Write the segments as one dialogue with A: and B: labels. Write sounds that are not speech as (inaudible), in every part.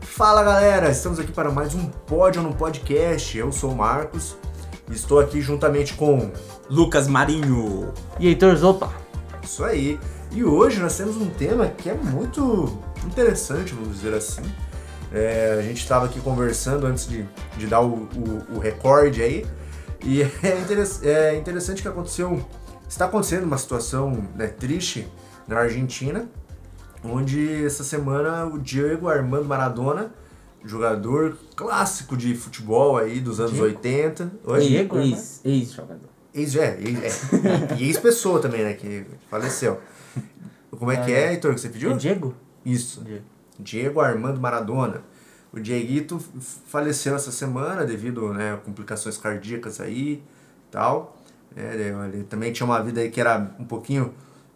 A: Fala galera, estamos aqui para mais um Pódio no Podcast. Eu sou o Marcos e estou aqui juntamente com.
B: Lucas Marinho.
C: E Heitor Zopa.
A: Isso aí. E hoje nós temos um tema que é muito interessante, vamos dizer assim. É, a gente estava aqui conversando antes de, de dar o, o, o recorde aí. E (laughs) é, interess- é interessante que aconteceu. Está acontecendo uma situação né, triste na Argentina, onde essa semana o Diego Armando Maradona, jogador clássico de futebol aí dos anos 80. Oi?
C: Diego, né?
B: Ex- Ex-jogador.
A: Ex, é, ex, é. E ex-pessoa também, né? Que faleceu. Como é que é, Heitor, que você pediu?
C: É Diego?
A: Isso.
C: Diego.
A: Diego Armando Maradona. O Dieguito faleceu essa semana devido né, a complicações cardíacas aí tal. É, ele também tinha uma vida aí que era um pouquinho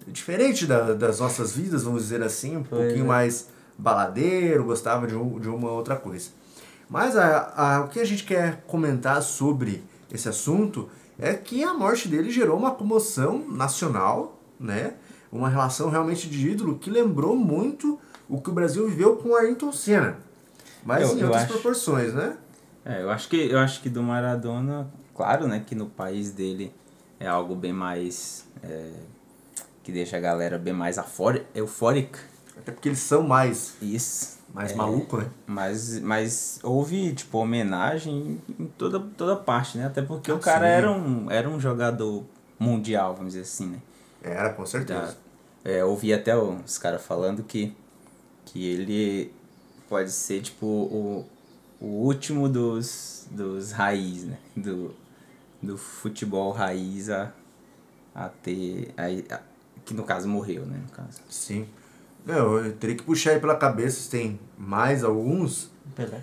A: diferente da- das nossas vidas, vamos dizer assim, um pouquinho
C: é.
A: mais baladeiro, gostava de, um- de uma outra coisa. Mas a- a- o que a gente quer comentar sobre esse assunto é que a morte dele gerou uma comoção nacional, né? Uma relação realmente de ídolo que lembrou muito o que o Brasil viveu com Ayrton Senna. Mas
B: Eu-
A: em
B: eu
A: outras
B: acho.
A: proporções, né?
B: É, eu acho que eu acho que do Maradona, claro, né, que no país dele é algo bem mais é, que deixa a galera bem mais afore- eufórica.
A: Até porque eles são mais,
B: Isso.
A: mais
B: É,
A: malucos, né?
B: Mas, mas houve, tipo, homenagem em toda, toda parte, né? Até porque
A: Ah,
B: o cara
A: sim.
B: era um, era um jogador mundial, vamos dizer assim, né?
A: Era, com
B: Da-
A: certeza.
B: é, eu ouvi até os caras falando que, que ele pode ser tipo o, o último dos, dos raiz, né? Do, do futebol raiz a, a ter. A, a- que no caso morreu, né? No caso.
A: Sim. Eu, eu teria que puxar aí pela cabeça se tem mais alguns.
C: Pelé.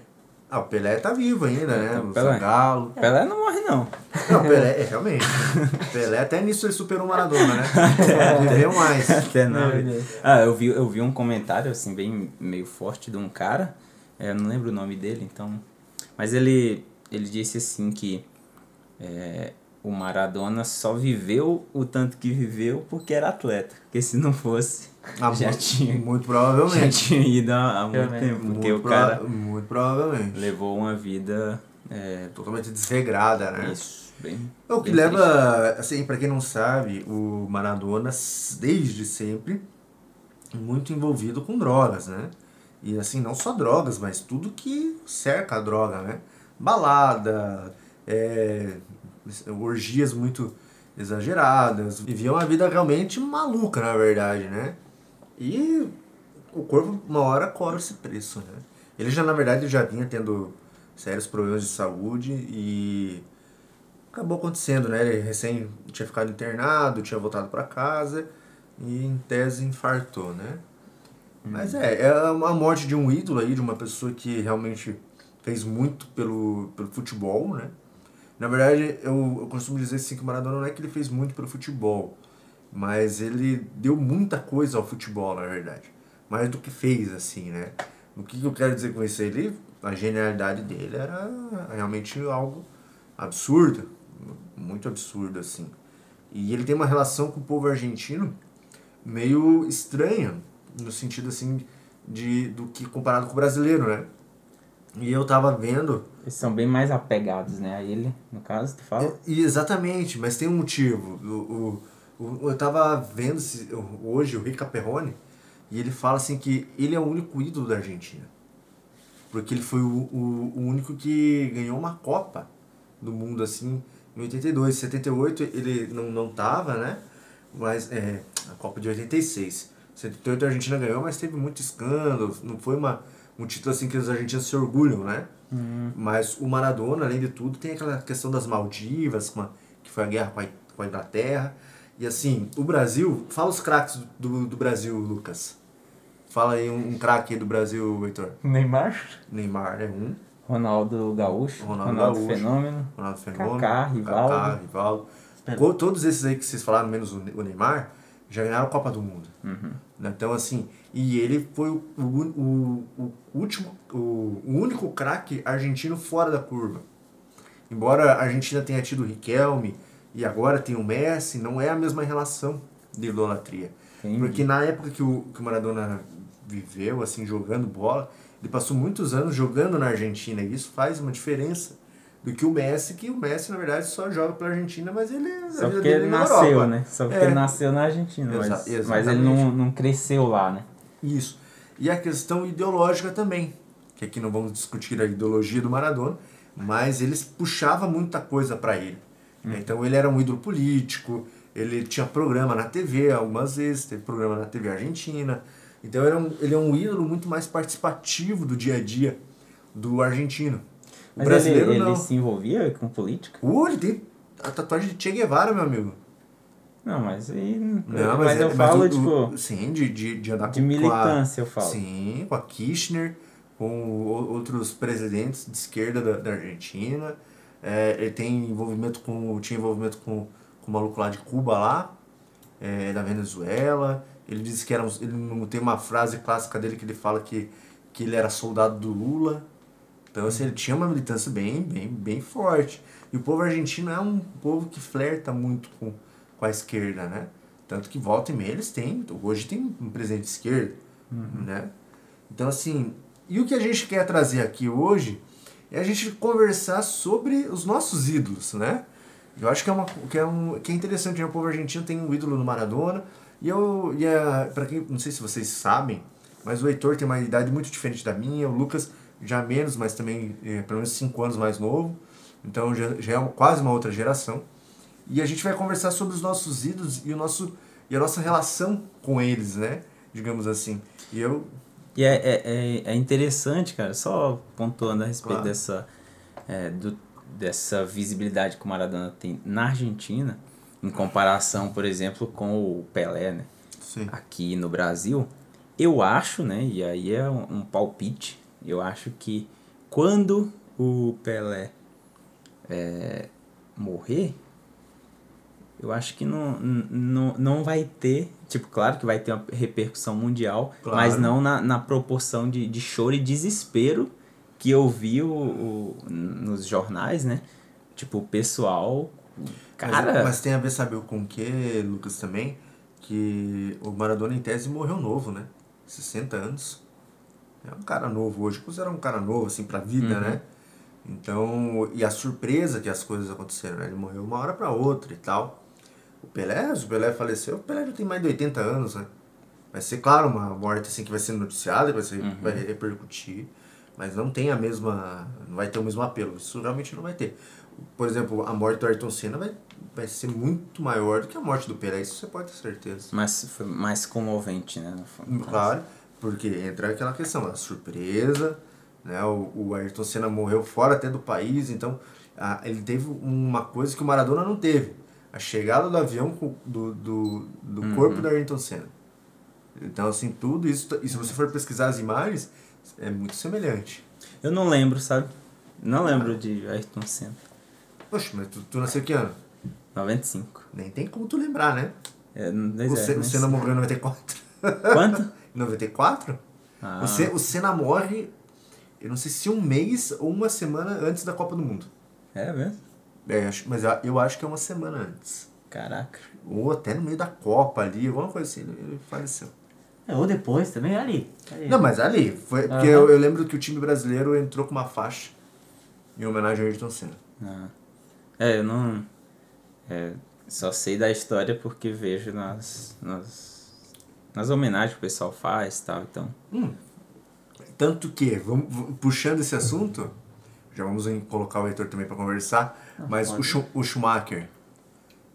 A: Ah, o Pelé tá vivo ainda, né?
B: Então,
A: O
B: Pelé.
A: Zagallo.
B: Pelé não morre, não.
A: Não, Pelé, é, realmente. Pelé até nisso ele superou o Maradona, né? Viveu mais.
B: Até não.
C: Verdade.
B: Ah, eu vi, eu vi um comentário, assim, bem meio forte de um cara. É, Eu não lembro o nome dele, então. Mas ele, ele disse assim que é, o Maradona só viveu o tanto que viveu porque era atleta. Porque se não fosse,
A: Ah,
B: (laughs) já,
A: muito,
B: tinha,
A: muito
B: já
A: provavelmente.
B: tinha ido há há muito
C: Realmente.
B: tempo. Porque
A: muito
B: o cara
A: prova- Muito provavelmente.
B: levou uma vida. É,
A: Totalmente desregrada, né?
B: isso, bem.
A: É o que
B: bem
A: leva, assim, pra quem não sabe, o Maradona s- desde sempre muito envolvido com drogas, né? E assim, não só drogas, mas tudo que cerca a droga, né? Balada, é, orgias muito exageradas. Vivia uma vida realmente maluca, na verdade, né? E o corpo, uma hora, cobra esse preço, né? Ele já, na verdade, já vinha tendo sérios problemas de saúde e acabou acontecendo, né? Ele recém tinha ficado internado, tinha voltado pra casa e em tese infartou, né? Mas é, é uma morte de um ídolo aí, de uma pessoa que realmente fez muito pelo, pelo futebol, né? Na verdade, eu, eu costumo dizer assim que o Maradona não é que ele fez muito pelo futebol, mas ele deu muita coisa ao futebol, na verdade. Mais do que fez, assim, né? O que que eu quero dizer com isso? Ele, a genialidade dele era realmente algo absurdo, muito absurdo, assim. E ele tem uma relação com o povo argentino meio estranha, no sentido, assim, de, do que comparado com o brasileiro, né? E eu tava vendo
B: Eles são bem mais apegados, né? A ele, no caso, tu fala?
A: e- exatamente, mas tem um motivo. O, o, o- eu tava vendo esse- hoje o Rica Perrone e ele fala assim que ele é o único ídolo da Argentina. Porque ele foi o, o, o único que ganhou uma Copa do Mundo, assim, em 82. 78 ele não, não tava, né? Mas é, a Copa de 86. 78 a Argentina ganhou, mas teve muito escândalo. Não foi uma, um título assim que os argentinos se orgulham, né? Mas o Maradona, além de tudo, tem aquela questão das Maldivas, com a- que foi a guerra com a, com a Inglaterra. E assim, o Brasil. Fala os craques do, do Brasil, Lucas. Fala aí um, um craque aí do Brasil, Heitor.
C: Neymar?
A: Neymar é um,
B: Ronaldo Gaúcho,
A: Ronaldo
B: Ronaldo,
A: Gaúcho.
B: Fenômeno.
A: Ronaldo Fenômeno.
B: Kaká, Rivaldo.
A: Kaká, Rivaldo. Co- Todos esses aí que vocês falaram, menos o Ne- o Neymar, já ganharam a Copa do Mundo.
B: Uhum.
A: Né? Então, assim, e ele foi o, o, un- o- o último, o, o único craque argentino fora da curva. Embora a Argentina tenha tido o Riquelme e agora tem o Messi, não é a mesma relação de idolatria.
B: Entendi.
A: Porque na época que o, que o Maradona viveu, assim, jogando bola, Ele passou muitos anos jogando na Argentina e isso faz uma diferença do que o Messi, que o Messi, na verdade, só joga pela Argentina, mas ele a
B: Só
A: vida
B: porque
A: dele
B: ele
A: é na
B: nasceu,
A: Europa.
B: né? Só porque
A: É.
B: ele nasceu na Argentina.
A: Exa-
B: Mas, mas ele
A: exatamente.
B: não, não cresceu lá, né?
A: Isso. E a questão ideológica também, que aqui não vamos discutir a ideologia do Maradona, mas ele puxava muita coisa para ele.
B: Hum.
A: né? Então ele era um ídolo político, ele tinha programa na TV algumas vezes, teve programa na TV argentina. Então era um- ele é um ídolo muito mais participativo do dia a dia do argentino. O
B: Mas
A: brasileiro
B: ele,
A: não.
B: ele se envolvia com política?
A: Uh, ele tem a tatuagem de Che Guevara, meu amigo.
B: Não, mas aí.
A: Não,
B: mas,
A: mas, é-
B: eu
A: mas
B: falo,
A: o- o-
B: tipo,
A: Sim, de, de, de andar
B: de
A: com- com a-
B: militância, eu falo.
A: Sim, com a Kirchner, com o- outros presidentes de esquerda da, da Argentina. É, ele tem envolvimento com. Tinha envolvimento com, com o maluco lá de Cuba lá, é, da Venezuela. Ele disse que era um, ele não tem uma frase clássica dele que ele fala que, que ele era soldado do Lula. Então assim, ele tinha uma militância bem, bem, bem forte. E o povo argentino é um povo que flerta muito com, com a esquerda, né? Tanto que volta e meia eles têm. Hoje tem um presidente de esquerda, né? Então, assim, e o que a gente quer trazer aqui hoje é a gente conversar sobre os nossos ídolos, né? Eu acho que é, uma, que é, um, que é interessante, né? O povo argentino tem um ídolo no Maradona. E eu, e a, pra quem, não sei se vocês sabem, mas o Heitor tem uma idade muito diferente da minha, o Lucas já menos, mas também eh, pelo menos 5 anos mais novo. Então já, já é uma- quase uma outra geração. E a gente vai conversar sobre os nossos ídolos e, o nosso, e a nossa relação com eles, né? Digamos assim. E eu
B: E é, é, é- é interessante, cara, só pontuando a respeito
A: Claro.
B: dessa, é, do, dessa visibilidade que o Maradona tem na Argentina, em comparação, por exemplo, com o Pelé, né?
A: Sim.
B: aqui no Brasil, eu acho, né? E aí é um, um palpite. Eu acho que quando o Pelé é, morrer, eu acho que não, n- não, não vai ter. Tipo, claro que vai ter uma repercussão mundial,
A: Claro.
B: mas não na, na proporção de, de choro e desespero que eu vi o, o- nos jornais, né? Tipo, o pessoal. Cara,
A: Mas, mas tem a ver, sabe, com o que, Lucas, também? Que o Maradona, em tese, morreu novo, né? 60 anos. É um cara novo hoje. Considera um cara novo, assim, pra vida, né? Então, e a surpresa que as coisas aconteceram, né? Ele morreu uma hora pra outra e tal. O Pelé, se o Pelé faleceu, o Pelé já tem mais de 80 anos, né? Vai ser, claro, uma morte, assim, que vai ser noticiada, que vai, ser, vai repercutir. Mas não tem a mesma... Não vai ter o mesmo apelo. Isso realmente não vai ter. Por exemplo, a morte do Ayrton Senna vai, vai ser muito maior do que a morte do Pelé. Isso você pode ter certeza.
B: mas foi mais comovente, né? no fundo.
A: Claro, porque entra aquela questão, a surpresa, né? O, o Ayrton Senna morreu fora até do país, então a- ele teve uma coisa que o Maradona não teve. A chegada do avião com- do, do, do corpo do Ayrton Senna. Então, assim, tudo isso. E se você for pesquisar as imagens, é muito semelhante.
B: Eu não lembro, sabe? Não lembro de Ayrton Senna.
A: Poxa, mas tu, tu nasceu que ano?
B: 95.
A: Nem tem como tu lembrar, né?
B: É, no
A: O,
B: deserto,
A: Sen- o
B: né?
A: Senna morreu em (laughs) 94.
B: (laughs) Quanto?
A: Em 94?
B: Ah,
A: O, Sen, o Senna morre, eu não sei se um mês ou uma semana antes da Copa do Mundo.
B: É mesmo?
A: É, acho- mas eu, eu acho que é uma semana antes.
B: Caraca.
A: Ou até no meio da Copa ali, alguma coisa assim, ele ele faleceu.
C: É, ou depois também, é ali. ali.
A: Não, mas ali, foi porque
C: Aham.
A: eu, eu lembro que o time brasileiro entrou com uma faixa em homenagem ao Ayrton Senna.
B: Ah. É, eu não. é, só sei da história porque vejo nas. nas, nas homenagens que o pessoal faz e tal, então.
A: Tanto que, vamos, v- puxando esse assunto, já vamos em- colocar o Heitor também pra conversar, mas o, Schu- o Schumacher,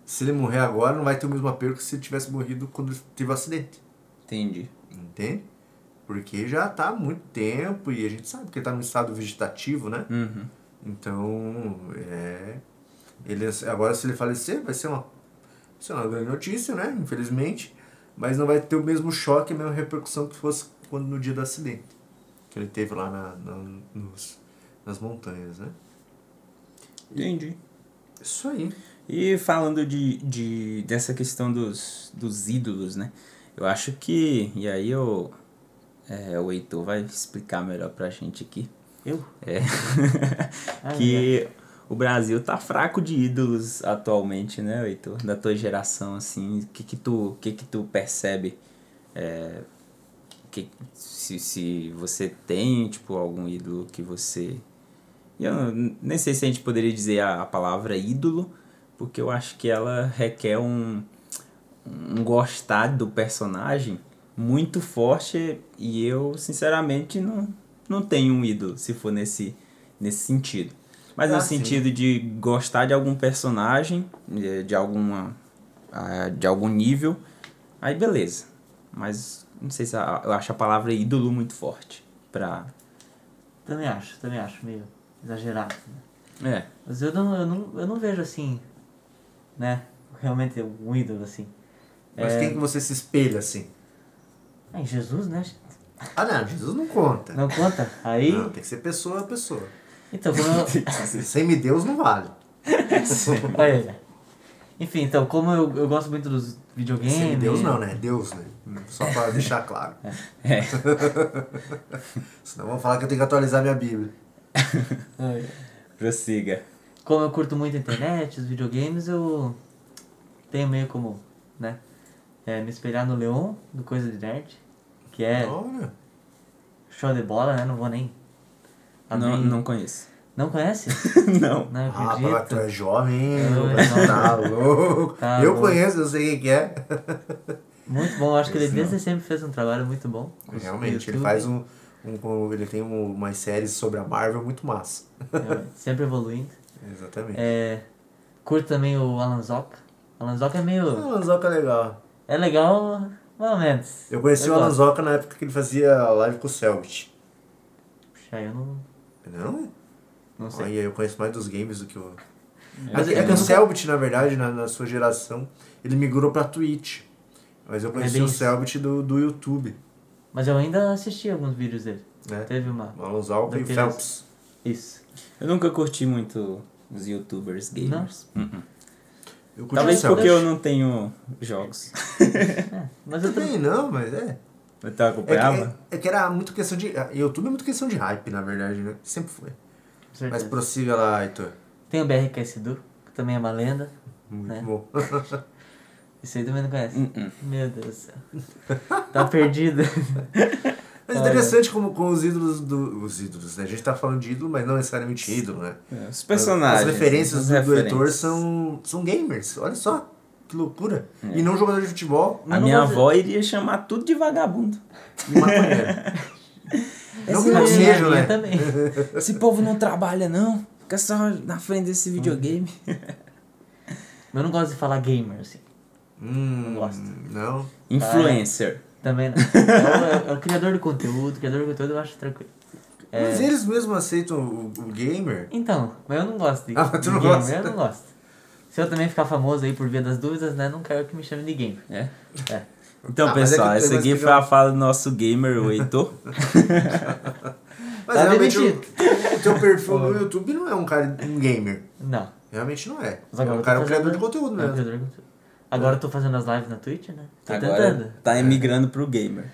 A: se ele morrer agora, não vai ter o mesmo apelo que se ele tivesse morrido quando ele teve o acidente.
B: Entendi.
A: Entende? Porque já tá há muito tempo e a gente sabe que ele tá num estado vegetativo, né?
B: Uhum.
A: Então, é. Ele, agora, se ele falecer, vai ser uma, sei lá, uma grande notícia, né? Infelizmente. Mas não vai ter o mesmo choque, a mesma repercussão que fosse quando no dia do acidente. Que ele teve lá na, na- nos, nas montanhas, né?
B: Entendi.
A: Isso aí.
B: E falando de, de dessa questão dos, dos ídolos, né? Eu acho que. E aí eu. é, o Heitor vai explicar melhor pra gente aqui.
C: Eu?
B: É.
C: Ah,
B: que o Brasil tá fraco de ídolos atualmente, né, Heitor? Da tua geração, assim. O que, que, tu, que, que tu percebe é, que, se, se você tem, tipo, algum ídolo que você. Eu não- nem sei se a gente poderia dizer a, a palavra ídolo, porque eu acho que ela requer um, um gostar do personagem muito forte e eu, sinceramente, não, não tenho um ídolo, se for nesse, nesse sentido. Mas
A: Ah,
B: no
A: sim.
B: sentido de gostar de algum personagem, de, de alguma. ah, de algum nível, aí beleza. Mas não sei se a- eu acho a palavra ídolo muito forte pra.
C: Também acho, também acho, meio exagerado. né?
B: É,
C: Mas eu não, eu não, eu não vejo assim, né? Realmente um ídolo assim.
A: Mas quem que você se espelha assim?
C: Ah, em Jesus, né? gente?
A: Ah, não, Jesus não conta.
C: Não conta? Aí.
A: Não, tem que ser pessoa a pessoa.
C: Então, como eu.
A: (laughs) Semideus não vale.
C: Olha aí, né? Enfim, então, como eu, eu gosto muito dos videogames.
A: Semideus não, né? Deus, né? Só pra deixar claro.
B: É.
A: (laughs) Senão vão falar que eu tenho que atualizar minha Bíblia.
C: Ai.
B: prossiga.
C: Como eu curto muito a internet, os videogames, eu tenho meio como, né? é, me espelhar no Leon, do Coisa de Nerd, que é
A: Olha.
C: show de bola, né? Não vou nem. abrir.
B: Não, não (laughs) conheço.
A: (laughs)
C: Não conhece?
B: não.
C: Não
A: Ah, pra-
C: acredito.
A: tu é jovem,
C: Eu-
A: rapaz, tá louco.
C: Tá
A: eu
C: louco.
A: conheço, eu sei quem que é.
C: Muito bom, acho que ele
B: Esse
C: desde sempre fez um trabalho muito bom.
A: Realmente, ele faz um, um- Ele tem um- umas séries sobre a Marvel muito massa.
C: Realmente, é, Sempre evoluindo.
A: Exatamente.
C: É, curto também o Alan Zoka. Alan Zoka é
A: Ah,
C: meio.
A: O Lanzoca é legal.
C: É legal, mais ou menos.
A: Eu conheci
C: Eu
A: o
C: gosto.
A: Lanzoca na época que ele fazia live com o Selbit.
C: Puxa, eu não,
A: Não?
C: não sei.
A: Olha, eu conheço mais dos games do que o.
C: Mas
A: é, que- é
C: eu
A: que o
C: nunca-
A: Selbit, na verdade, na, na sua geração, ele migrou pra Twitch. Mas eu conheci
C: É
A: o
C: bem isso.
A: Selbit do, do YouTube.
C: Mas eu ainda assisti alguns vídeos dele.
A: É.
C: Teve uma.
A: O Lanzoca e o
C: Daqueles-
A: Phelps.
C: Isso.
B: Eu nunca curti muito os youtubers gamers. Uhum.
A: Eu curti
B: Talvez
A: o Selbit.
B: porque eu não tenho jogos.
C: É, mas eu também.
A: Também não, mas é.
B: Então
A: É
B: eu acompanhava?
A: que, é que era muito questão de. YouTube é muito questão de hype, na verdade, né? Sempre foi.
C: com
A: Mas
C: certeza.
A: prossiga lá, Heitor.
C: Tem o BRKS Du, que também é uma lenda.
A: Muito
C: É.
A: bom. (laughs) Uh-uh.
C: Esse aí também não conhece.
B: Uhum.
C: Meu Deus do céu. Tá perdido.
A: Mas interessante como com os ídolos do. Os ídolos, né? A gente tá falando de ídolo, mas não necessariamente ídolo, né?
B: É, Os personagens.
A: As referências
B: as
A: do, do
B: referências.
A: Heitor são, são gamers, olha só. Que loucura.
B: É.
A: E não jogador de futebol
B: A
C: não
B: minha
C: vou dizer-
B: avó iria chamar tudo de vagabundo.
A: e
C: (laughs)
A: maconheiro. não que
B: Esse
A: não
B: aí é
A: seja,
C: a minha
A: né?
C: um também.
A: (laughs)
B: Esse povo não trabalha, não. Fica só na frente desse videogame.
C: Mas eu não gosto de falar gamer, assim.
A: Hum,
C: gosto.
A: não.
B: Influencer.
A: (laughs)
C: Também não. É o, é o criador do conteúdo, criador do conteúdo eu acho tranquilo. É,
A: Mas eles mesmos aceitam o, o gamer.
C: Então, mas eu não gosto de,
A: Ah, mas tu
C: de
A: não
C: gamer,
A: gosta?
C: eu não gosto. Se eu também ficar famoso aí por via das dúvidas, né? Não quero que me chame de gamer.
B: É.
C: É.
B: Então,
A: Ah, mas é
B: pessoal,
A: que tem
B: essa
A: mais
B: aqui
A: que
B: foi a fala do nosso gamer, o (laughs) Heitor.
A: Mas
C: Tá
A: realmente o,
C: demitido.
A: o teu perfil no YouTube não é um cara um gamer.
C: Não.
A: Realmente não é.
C: Mas agora
A: é
C: eu
A: um
C: tô
A: cara é um
C: fazendo-
A: criador de conteúdo
C: é um
A: mesmo.
C: criador de conteúdo. Agora eu tô fazendo as lives na Twitch, né? Tô
B: Agora
C: tentando.
B: tá emigrando pro gamer.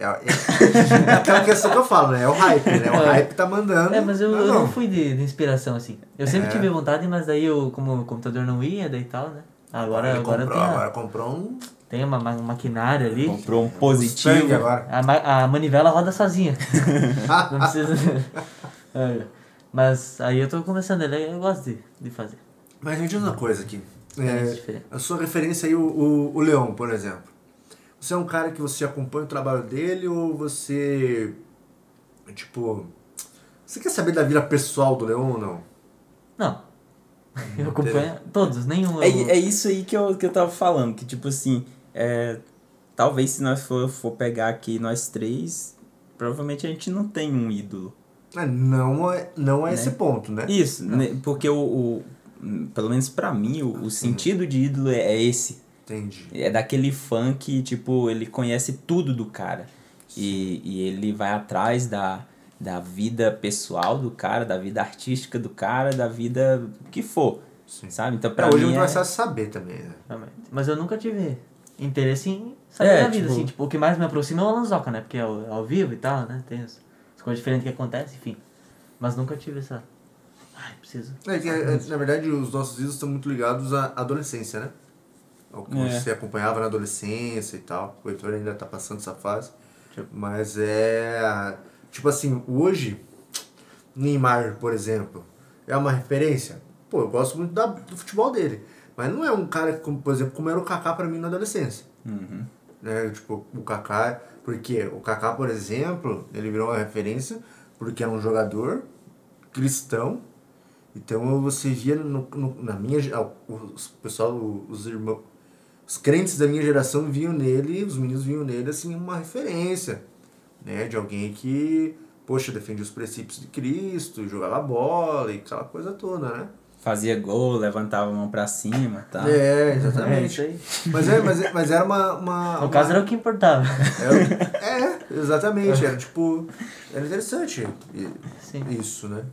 A: É, é- é aquela questão que eu falo, né? É o hype, né? O
C: É.
A: hype tá mandando.
C: É, mas eu,
A: Ah,
C: eu não fui de, de inspiração, assim. Eu sempre
A: É.
C: tive vontade, mas daí eu, como o computador não ia, daí tal, né? Agora,
A: Ele
C: agora
A: comprou,
C: tem, a-
A: agora comprou um
C: tem uma, ma- maquinária ali.
B: Comprou um
A: Mustang
B: positivo.
A: agora.
C: A, ma- a manivela roda sozinha. não precisa. É. mas aí eu tô começando, ele- eu gosto de, de fazer.
A: Mas me diz uma coisa aqui.
C: É diferente.
A: a sua referência aí, o, o, o Leão, por exemplo. Você é um cara que você acompanha o trabalho dele ou você. Tipo. Você quer saber da vida pessoal do Leão ou não?
C: Não. Eu acompanho todos, nenhum.
B: É,
C: eu-
B: é isso aí que eu, que eu tava falando, que tipo assim, é, talvez se nós for, for pegar aqui nós três, provavelmente a gente não tem um ídolo.
A: É, Não é, não é esse ponto, né?
B: Isso, né, porque o, o- hum, pelo menos pra mim, o, o sentido de ídolo é, é esse.
A: Entendi.
B: É daquele fã que, tipo, ele conhece tudo do cara. E, e ele vai atrás da, da vida pessoal do cara, da vida artística do cara, da vida que for.
A: Sim.
B: Sabe? Então,
A: Pra
B: pra
A: hoje
B: mim.
A: não vai
B: é-
A: precisar saber também, né?
C: Realmente. Mas eu nunca tive interesse em saber
B: É,
C: da vida,
B: tipo-
C: assim. Tipo, o que mais me aproxima é o Alanzoca, né? Porque é ao, ao vivo e tal, né? Tem as, as coisas diferentes que acontecem, enfim. Mas nunca tive essa... Ai, preciso...
A: É que, é, na verdade, os nossos ídolos estão muito ligados à adolescência, né? Ao que
B: É.
A: você acompanhava na adolescência e tal. O Heitor ainda tá passando essa fase. Mas é. Tipo assim, hoje, Neymar, por exemplo, é uma referência. Pô, eu gosto muito da, do futebol dele. Mas não é um cara, que, como, por exemplo, como era o Kaká pra mim na adolescência. Né? Tipo, o Kaká. Porque o Kaká, por exemplo, ele virou uma referência porque era um jogador cristão. Então você via no, no- na minha. ge- ah, Os pessoal, os irmãos. Os crentes da minha geração viam nele, os meninos viam nele, assim, uma referência, né? De alguém que, poxa, defendia os princípios de Cristo, jogava bola e aquela coisa toda, né?
B: Fazia gol, levantava a mão pra cima e tal.
A: É,
C: É
A: exatamente.
C: isso aí.
A: Mas, é, mas, é- mas era uma. uma
B: Ah,
C: No caso
A: uma-
C: era o
B: (laughs)
C: que importava.
A: era- É, exatamente. Era tipo. Era interessante e-
C: Sim.
A: isso, né?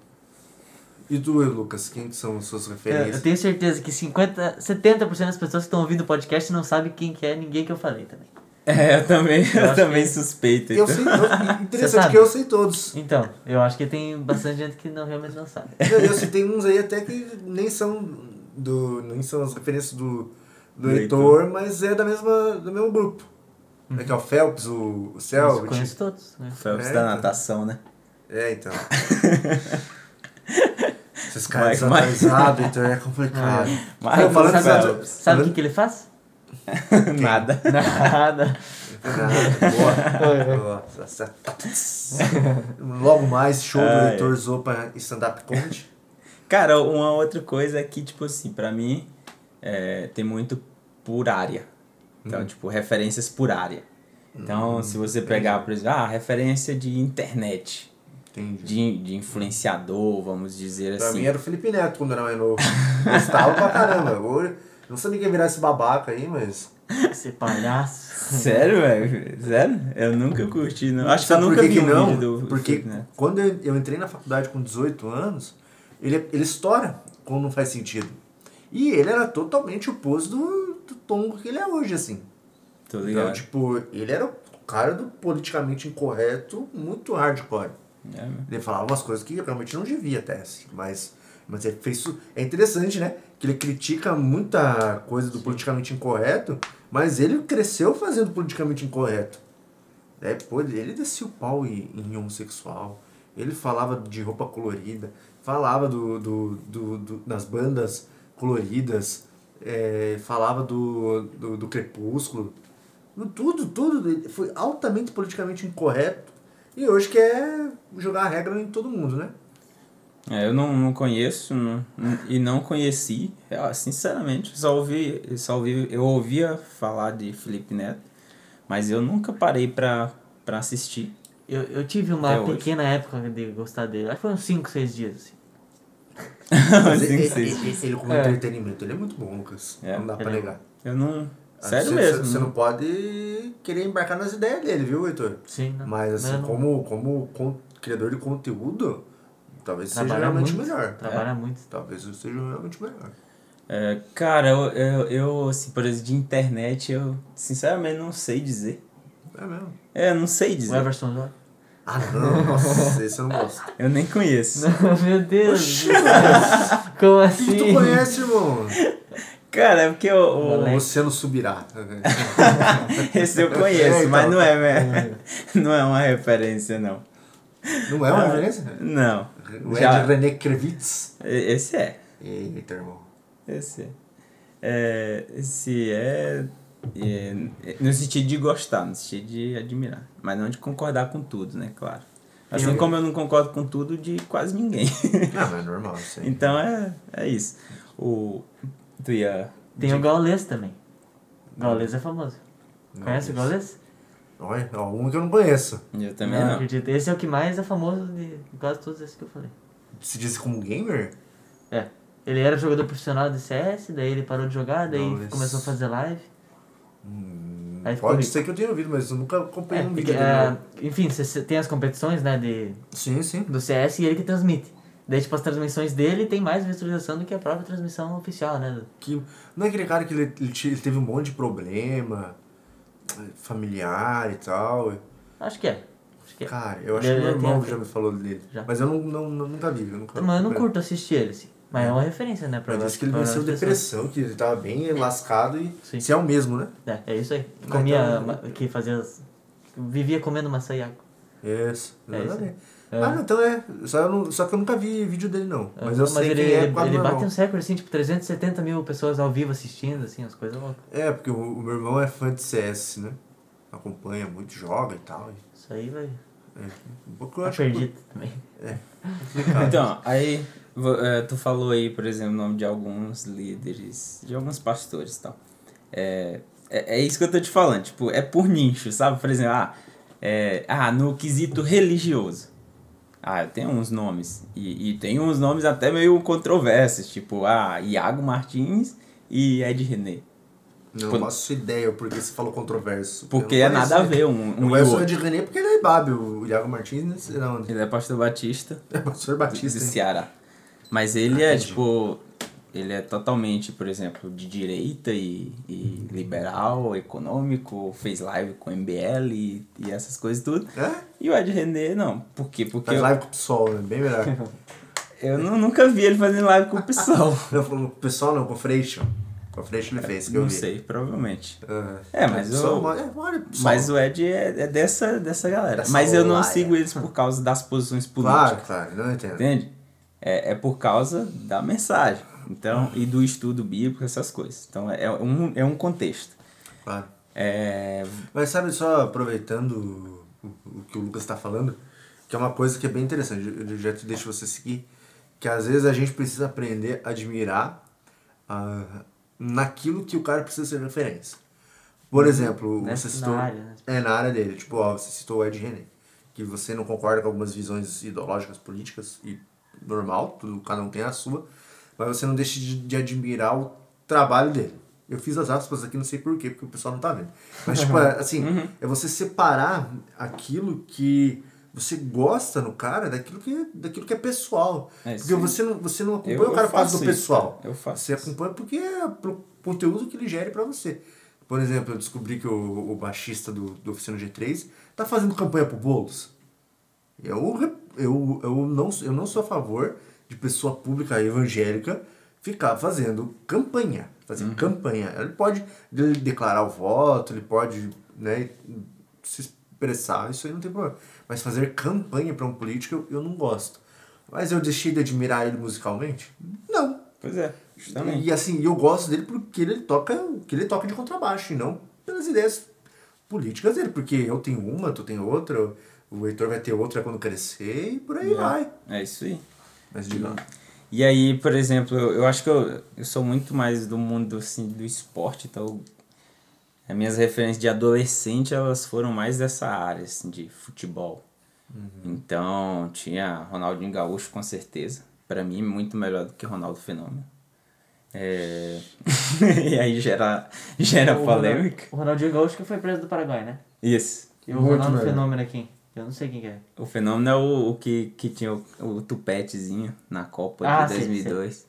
A: E tu, Lucas, quem que são as suas
C: Eu, eu
A: referências?
C: tenho certeza que 50, 70% das pessoas que estão ouvindo o podcast não sabem quem que é ninguém que eu falei também.
B: (laughs) É, eu também,
C: Eu
B: eu
C: acho
B: também
C: que-
B: suspeito.
A: Eu
B: então.
A: sei, eu,
C: Você
A: interessante
C: sabe?
A: que eu sei todos.
C: Então, eu acho que tem bastante gente que não realmente não sabe.
A: Eu, eu citei uns aí até que nem são do. nem são as referências do, do
B: Do
A: Heitor, mas é da mesma, do mesmo grupo. É que é o Phelps, o, o
C: Eu
A: Selbit.
C: conheço todos. né?
B: Phelps
A: É,
B: da
A: então.
B: natação, né?
A: É, então. Esses caras
B: Vai, vai.
A: desatrasados, então é complicado.
B: Mas
A: eu falando
C: sabe,
A: sério.
C: sabe o
A: falando-
C: que, que
A: (laughs)
C: ele faz?
B: (laughs) Nada.
C: Nada. (laughs)
A: Ah, boa. Boa. Essa- Logo mais, show do
B: Ah, é.
A: Heitor Zopa e stand-up comedy.
B: Cara, uma outra coisa é que, tipo assim, pra mim é, tem muito por área. Então, tipo, referências por área. Então, se você pegar, por exemplo, ah, referência de internet,
A: Entendi.
B: de, de influenciador, vamos dizer
A: Pra
B: assim.
A: mim é era o Felipe Neto quando era mais novo. Gostava pra caramba. Hoje, não sabia que ia virar esse babaca aí, mas.
C: Esse palhaço.
B: (laughs) Sério, velho? Sério? Eu nunca curti, não. Acho que eu
A: Sabe por
B: nunca
A: que
B: vi
A: que
B: um
A: não?
B: vídeo do né?
A: Porque
B: Felipe Neto.
A: quando eu, eu entrei na faculdade com 18 anos, ele, ele estoura quando não faz sentido. E ele era totalmente o oposto do, do tom que ele é hoje, assim.
B: Tô
A: Então,
B: ligado.
A: tipo, ele era o cara do politicamente incorreto, muito hardcore.
B: É, meu.
A: Ele falava umas coisas que realmente não devia até, assim, mas, mas ele fez isso. É interessante, né? Que ele critica muita coisa do politicamente incorreto, mas ele cresceu fazendo politicamente incorreto. É, pô, ele descia o pau em, em homossexual, ele falava de roupa colorida, falava do, do, do, do- das bandas coloridas, é, falava do, do, do crepúsculo. Tudo, tudo. ele Foi altamente politicamente incorreto. E hoje quer jogar a regra em todo mundo, né?
B: É, eu não, não conheço não- não- e não conheci, eu, sinceramente, só ouvi, só ouvi, eu ouvia falar de Felipe Neto, mas eu nunca parei pra, pra assistir.
C: Eu, eu tive uma
B: Até hoje.
C: pequena época de gostar dele. Acho que foi uns 5, 6 dias. Assim.
B: (laughs)
A: Mas
B: Assim,
A: ele,
B: (laughs) sim.
A: ele- ele- ele como
C: É.
A: entretenimento, ele é muito bom, Lucas.
B: É,
A: não dá pra
C: ele é
A: negar.
B: Eu não. Sério
A: Ah, você,
B: mesmo. né?
A: Você
B: não-
A: não pode querer embarcar nas ideias dele, viu, Heitor?
C: Sim, né?
A: Mas assim,
C: eu não-
A: como, como con- criador de conteúdo, talvez seja
C: Trabalhar
A: realmente
C: muito.
A: um melhor. É.
C: Trabalha muito.
A: Talvez eu seja realmente melhor.
B: É, cara, eu, eu, eu, assim, por exemplo, de internet, eu sinceramente não sei dizer.
A: É mesmo.
B: É, eu não sei
C: O
B: dizer.
A: (laughs)
C: Everson Jorge.
A: Ah, não, nossa, esse eu não gosto.
C: (laughs)
B: Eu nem
A: Né?
B: conheço.
C: Não, (laughs) Meu Deus.
A: Oxi, mano,
C: Como
A: o que
C: assim?
A: que tu conhece, irmão?
B: Cara, é porque eu,
C: Moleque.
A: Você não subirá.
B: (laughs) esse eu
A: (laughs) É,
B: conheço,
A: então.
B: mas não é, né? (laughs) não é uma referência, não.
A: Não é uma
C: Ah,
A: referência?
B: Não.
A: O Ed é
B: Já-
A: René Krevitz.
B: E- Esse é.
A: Eita, irmão.
B: Esse é. É, esse é, é, No sentido de gostar, no sentido de admirar. Mas não de concordar com tudo, né? Claro. Assim como eu não concordo com tudo de quase ninguém. (laughs)
A: Não, mas é normal isso aí.
B: então é, é isso. O. Tu ia.
C: Tem o Gaules também. Gaules é famoso. Conhece o Gaules?
A: Olha, ó, um que eu não conheço.
B: Eu também não.
C: acredito. Esse é o que mais é famoso de quase todos esses que eu falei.
A: Se diz como gamer?
C: É. Ele era jogador profissional de CS, daí ele parou de jogar, daí
A: Gaules.
C: começou a fazer live.
A: Hum,
C: Aí ficou
A: pode
C: rico.
A: ser que eu tenha ouvido, mas eu nunca acompanhei
C: É,
A: um
C: porque,
A: vídeo dele. não.
C: é, enfim, você- você tem as competições, né, de,
A: Sim, sim.
C: do CS e ele que transmite. Daí, tipo, as transmissões dele tem mais visualização do que a própria transmissão oficial, né?
A: Que, não é aquele cara que ele, ele te- ele teve um monte de problema eh, familiar e tal.
C: Acho que é. Acho que é.
A: Cara, eu acho que
C: Ele-
A: meu
C: ele tem
A: irmão
C: a-
A: já me falou dele.
C: Já.
A: Mas eu não, não, não- nunca vi. Eu nunca,
C: Mas eu não
A: nunca-
C: curto assistir ele, assim. Mas é uma referência, né? Pra
A: é. Mas disse que ele
C: pra
A: venceu
C: pessoas.
A: depressão, que ele tava bem lascado e
C: Sim.
A: se é o mesmo, né?
C: É, é isso aí.
A: Mas
C: Comia,
A: então-
C: ma- que fazia as vivia comendo maçã e água.
A: Isso,
C: É isso
A: exatamente.
C: aí.
A: Ah, não, então é. Só, eu não- só que eu nunca vi vídeo dele, não. Mas eu sei
C: ele,
A: quem é
C: ele,
A: quase
C: ele
A: meu
C: bate
A: irmão.
C: uns recordes, assim, tipo 370 mil pessoas ao vivo assistindo, assim, as coisas loucas.
A: É, porque o, o meu irmão é fã de CS, né? Acompanha muito, joga e tal. E,
C: Isso aí vai.
A: é, um pouco eu
C: Tá
A: acho que-
C: perdido também.
A: complicado.
B: Então, aí vo- eh, tu falou aí, por exemplo, o nome de alguns líderes, de alguns pastores e tal. É, é, é isso que eu tô te falando, tipo, é por nicho, sabe? Por exemplo, ah, é, ah no quesito religioso. Ah, eu tenho uns nomes. E, e tem uns nomes até meio controversos, tipo, ah, Iago Martins e Ed René.
A: Não
B: Tipo-
A: faço ideia porque você falou controverso.
B: Porque
A: Eu
B: é
A: não conheço,
B: nada a
A: né?
B: ver um,
A: eu
B: um e
A: conheço o
B: outro.
A: de René porque ele é Ibabe, o Iago Martins, né? Não,
B: Ele é pastor batista.
A: é professor
B: do
A: Batista. hein?
B: Ceará. Mas ele é,
A: entendi.
B: tipo. Ele é totalmente, por exemplo, de direita e, e liberal, econômico, fez live com MBL e, e essas coisas tudo.
A: É?
B: E o Ed René, não. Por quê? Porque
A: Faz
B: eu,
A: live com o PSOL, né? Bem
B: (laughs)
A: melhor.
B: eu nu- nunca vi ele fazendo live com
A: (laughs)
B: o pessoal.
A: não, com o PSOL não, com o Freixo. Com o Freixo ele fez, que eu
B: É, não
A: vi.
B: sei, provavelmente.
A: Ah,
B: É, mas
A: PSOL,
B: eu-
A: mas- é, olha, PSOL.
B: Mas o Ed é, é dessa, dessa galera.
A: Dessa
B: Mas eu não
A: laia.
B: sigo eles por causa das posições políticas.
A: Claro, claro, não entendo.
B: Entende? É, é por causa da mensagem. Então, e do estudo bíblico, essas coisas. Então, é um, é um contexto.
A: Claro.
B: É,
A: Mas sabe, só aproveitando o, o que o Lucas está falando, que é uma coisa que é bem interessante, eu eu já te deixo você seguir, que às vezes a gente precisa aprender a admirar ah, naquilo que o cara precisa ser referência. Por exemplo,
C: Nessa-
A: você citou...
C: na área, Uhum. né?
A: É, na área dele. Tipo, ó, você citou o Ed René, que você não concorda com algumas visões ideológicas, políticas, e normal, tudo, cada um tem a sua, mas você não deixa de, de admirar o trabalho dele. Eu fiz as aspas aqui, não sei porquê, porque o pessoal não tá vendo. Mas, tipo, é, assim,
B: Uhum.
A: é você separar aquilo que você gosta no cara daquilo que, daquilo que é pessoal.
B: É,
A: porque
B: sim.
A: você não, você não acompanha
B: Eu-
A: o cara
B: eu
A: por causa do
B: faço isso,
A: pessoal.
B: cara. Eu faço
A: Você
B: isso.
A: acompanha porque é pro conteúdo que ele gere pra você. Por exemplo, eu descobri que o, o baixista do, do Oficina G3 tá fazendo campanha pro Boulos. Eu, re- eu, eu, não, eu não sou a favor de pessoa pública evangélica ficar fazendo campanha. Fazer campanha. Ele pode de- declarar o voto, ele pode né, se expressar, isso aí não tem problema. Mas fazer campanha para um político eu, eu não gosto. Mas eu deixei de admirar ele musicalmente? Não.
B: pois é, justamente.
A: E assim, eu gosto dele porque ele toca, que ele toca de contrabaixo, e não pelas ideias políticas dele, porque eu tenho uma, tu tem outra, o Heitor vai ter outra quando crescer e por aí vai.
B: É isso aí.
A: Mas diga lá.
B: E aí, por exemplo, eu, eu acho que eu, eu sou muito mais do mundo assim, do esporte, então as minhas referências de adolescente elas foram mais dessa área assim, de futebol. Então tinha Ronaldinho Gaúcho com certeza, Pra mim muito melhor do que Ronaldo Fenômeno. É... (laughs) e aí gera, gera
C: O Ronald-
B: polêmica.
C: O Ronaldinho Gaúcho que foi preso do Paraguai, né?
B: Isso.
C: E o
A: Muito
C: Ronaldo
A: melhor.
C: Fenômeno aqui. Eu não sei quem que é.
B: O fenômeno é o, o que, que tinha o, o tupetezinho na Copa
C: Ah,
B: de
C: sim, sim.
B: 2002.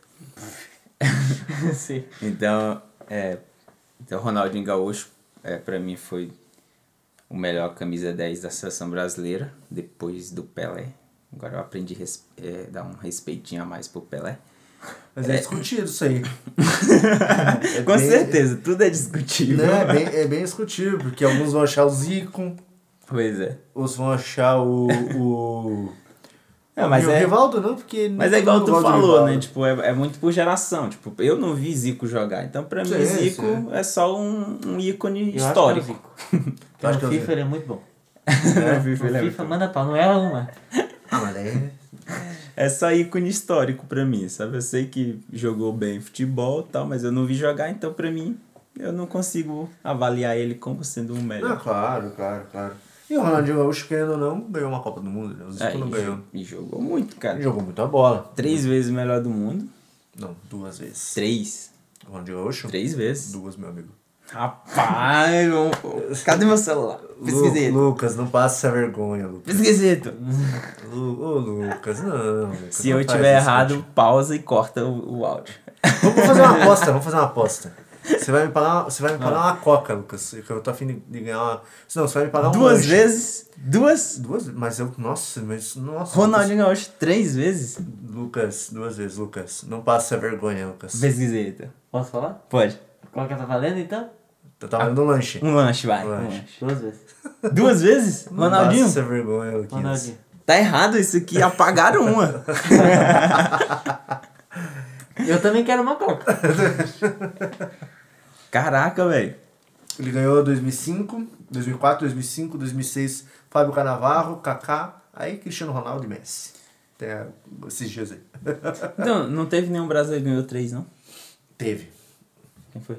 C: Sim.
B: Então, é, então Ronaldinho Gaúcho, é, para mim, foi o melhor camisa 10 da seleção brasileira, depois do Pelé. Agora eu aprendi a res- é, dar um respeitinho a mais pro Pelé.
A: Mas é, discutido isso
B: (laughs)
A: aí. (laughs) É
B: Com
A: bem-
B: certeza, tudo é discutível.
A: Né? É, bem, é bem discutível, porque alguns vão achar o Zico,
B: Pois é.
A: outros vão achar o. o...
B: É, (laughs) mas
A: o
B: é-
A: Rivaldo não, porque.
B: Mas é igual tu falou, né? Tipo, é, é muito por geração. Tipo, eu não vi Zico jogar. Então, pra mim,
A: Sim,
B: Zico
A: sim.
B: é só um, um ícone
C: Eu
B: histórico.
C: Acho que é o Zico. Porque
A: acho que é
C: no
A: o
C: FIFA
A: Zico?
C: ele é muito bom.
B: No
C: No
B: FIFA, ele é muito
C: FIFA manda pau, não é uma.
A: Ah, mas
B: (laughs)
A: é.
B: É só ícone histórico pra mim, sabe? Eu sei que jogou bem futebol e tal, mas eu não vi jogar, então pra mim eu não consigo avaliar ele como sendo um
A: Ah,
B: melhor.
A: claro, claro, claro. E o Ronaldinho Gaúcho, querendo ou não, ganhou uma Copa do Mundo, né? O Zico
B: É,
A: não
B: e-
A: ganhou.
B: E jogou muito, cara.
A: Ele jogou muita bola.
B: Três vezes melhor do mundo.
A: Não, duas vezes.
B: Três.
A: O Ronaldinho Gaúcho?
B: Três vezes.
A: Duas, meu amigo.
B: Rapaz, eu- cadê meu celular? Pesquisei.
A: Lu, Lucas, não passa essa vergonha, Lucas.
B: Pesquisei.
A: Lu, ô, Lucas, não. Lucas,
B: Se
A: não
B: eu
A: faz
B: tiver
A: isso
B: errado, pausa e corta o, o áudio.
A: contigo. Vamos fazer uma aposta, vamos fazer uma aposta. Você vai me pagar, você vai me
B: Ah.
A: pagar uma coca, Lucas. Que eu tô afim de, de ganhar uma. Não, você vai me pagar um
B: Duas
A: lanche.
B: vezes? Duas?
A: Duas Mas eu. Nossa, mas. Nossa.
B: Ronaldinho Gaúcho, três vezes?
A: Lucas, Lucas, duas vezes, Lucas. Não passa essa vergonha, Lucas.
B: Pesquisei. então.
C: Posso falar?
B: Pode.
C: Qual que tá valendo então?
A: Eu tava dando um lanche.
B: Um lanche, vai.
A: Um
B: Um
A: lanche.
B: lanche.
C: Duas vezes.
B: Duas vezes? Ronaldinho?
A: Passa vergonha, Luquinhas.
C: Ronaldinho.
B: Tá errado isso aqui, apagaram uma. (laughs)
C: Eu também quero uma coca.
B: Caraca, velho.
A: Ele ganhou 2005, 2004, 2005, 2006, Fábio Canavarro, Kaká, aí Cristiano Ronaldo e Messi. Até esses dias aí. (laughs)
B: Então, não teve nenhum brasileiro que ganhou três, não?
A: Teve.
B: Quem foi?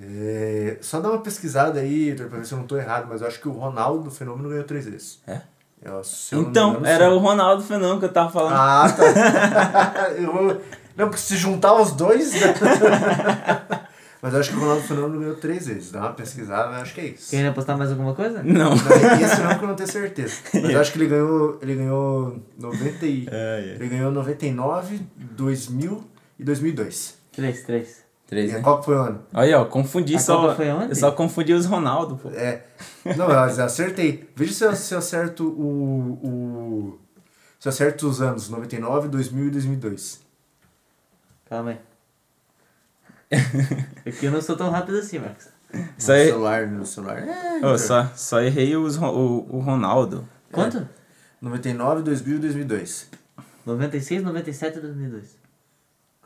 A: É, só dá uma pesquisada aí, pra ver se eu não tô errado, mas eu acho que o Ronaldo Fenômeno ganhou três vezes.
B: É?
A: Eu- se eu não me
B: Então,
A: engano,
B: era
A: sim.
B: o Ronaldo Fenômeno que eu tava falando.
A: Ah, tá. (laughs) eu vou... Não, porque se juntar os dois. né? (laughs) mas eu acho que o Ronaldo Fenômeno ganhou três vezes. Dá uma pesquisada, mas acho que é isso.
C: Querem apostar mais alguma
A: (laughs)
C: coisa?
B: Não.
A: Não, Esse não, porque eu não tenho
B: (laughs)
A: certeza. Mas eu acho que ele ganhou. Ele ganhou 90 e-
B: Ai, ai.
A: Ele ganhou 99, 2000 e 2002.
C: Três, três.
B: Três,
A: E
B: né?
A: Qual que foi o ano?
B: Olha, ó, confundi
C: A
B: só.
C: Copa foi ontem?
B: Eu só confundi os Ronaldo, pô. (laughs)
A: É. Não, mas eu acertei. Veja se eu, se eu acerto o, o. Se eu acerto os anos, 99, 2000 e 2002.
C: Calma aí. Aqui eu não sou tão rápido assim, Marcos.
B: Só,
A: No
B: er-
A: celular, no celular. É,
B: Ô,
A: Vitor.
B: só, só errei os, Ro- o, o Ronaldo.
C: Quanto?
A: 99, 2000 e 2002.
C: 96, 97 e 2002.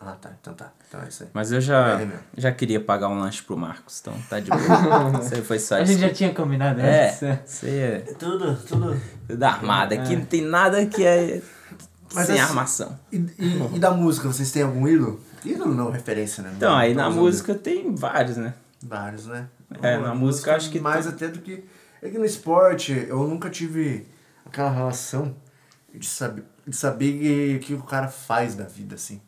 A: Ah, tá. Então tá. Então é isso aí.
B: Mas eu já,
A: É, né?
B: já queria pagar um lanche pro Marcos, então tá de
C: (laughs)
B: boa. Isso aí foi só
C: A
B: Tá, isso.
C: gente já tinha combinado antes.
B: É, isso aí é
A: Tudo, tudo.
B: tudo armado. Aqui não tem nada que é
A: Mas
B: sem
A: assim-
B: armação.
A: E, e, e da música, vocês têm algum ídolo? Ídolo não, referência, né?
B: Então, aí na
A: Vamos
B: música tem vários, né?
A: Vários, né?
B: É, na música, acho que
A: Mais
B: tem.
A: até do que. É que no esporte eu nunca tive aquela relação de saber, de saber que- o que o cara faz da vida, assim.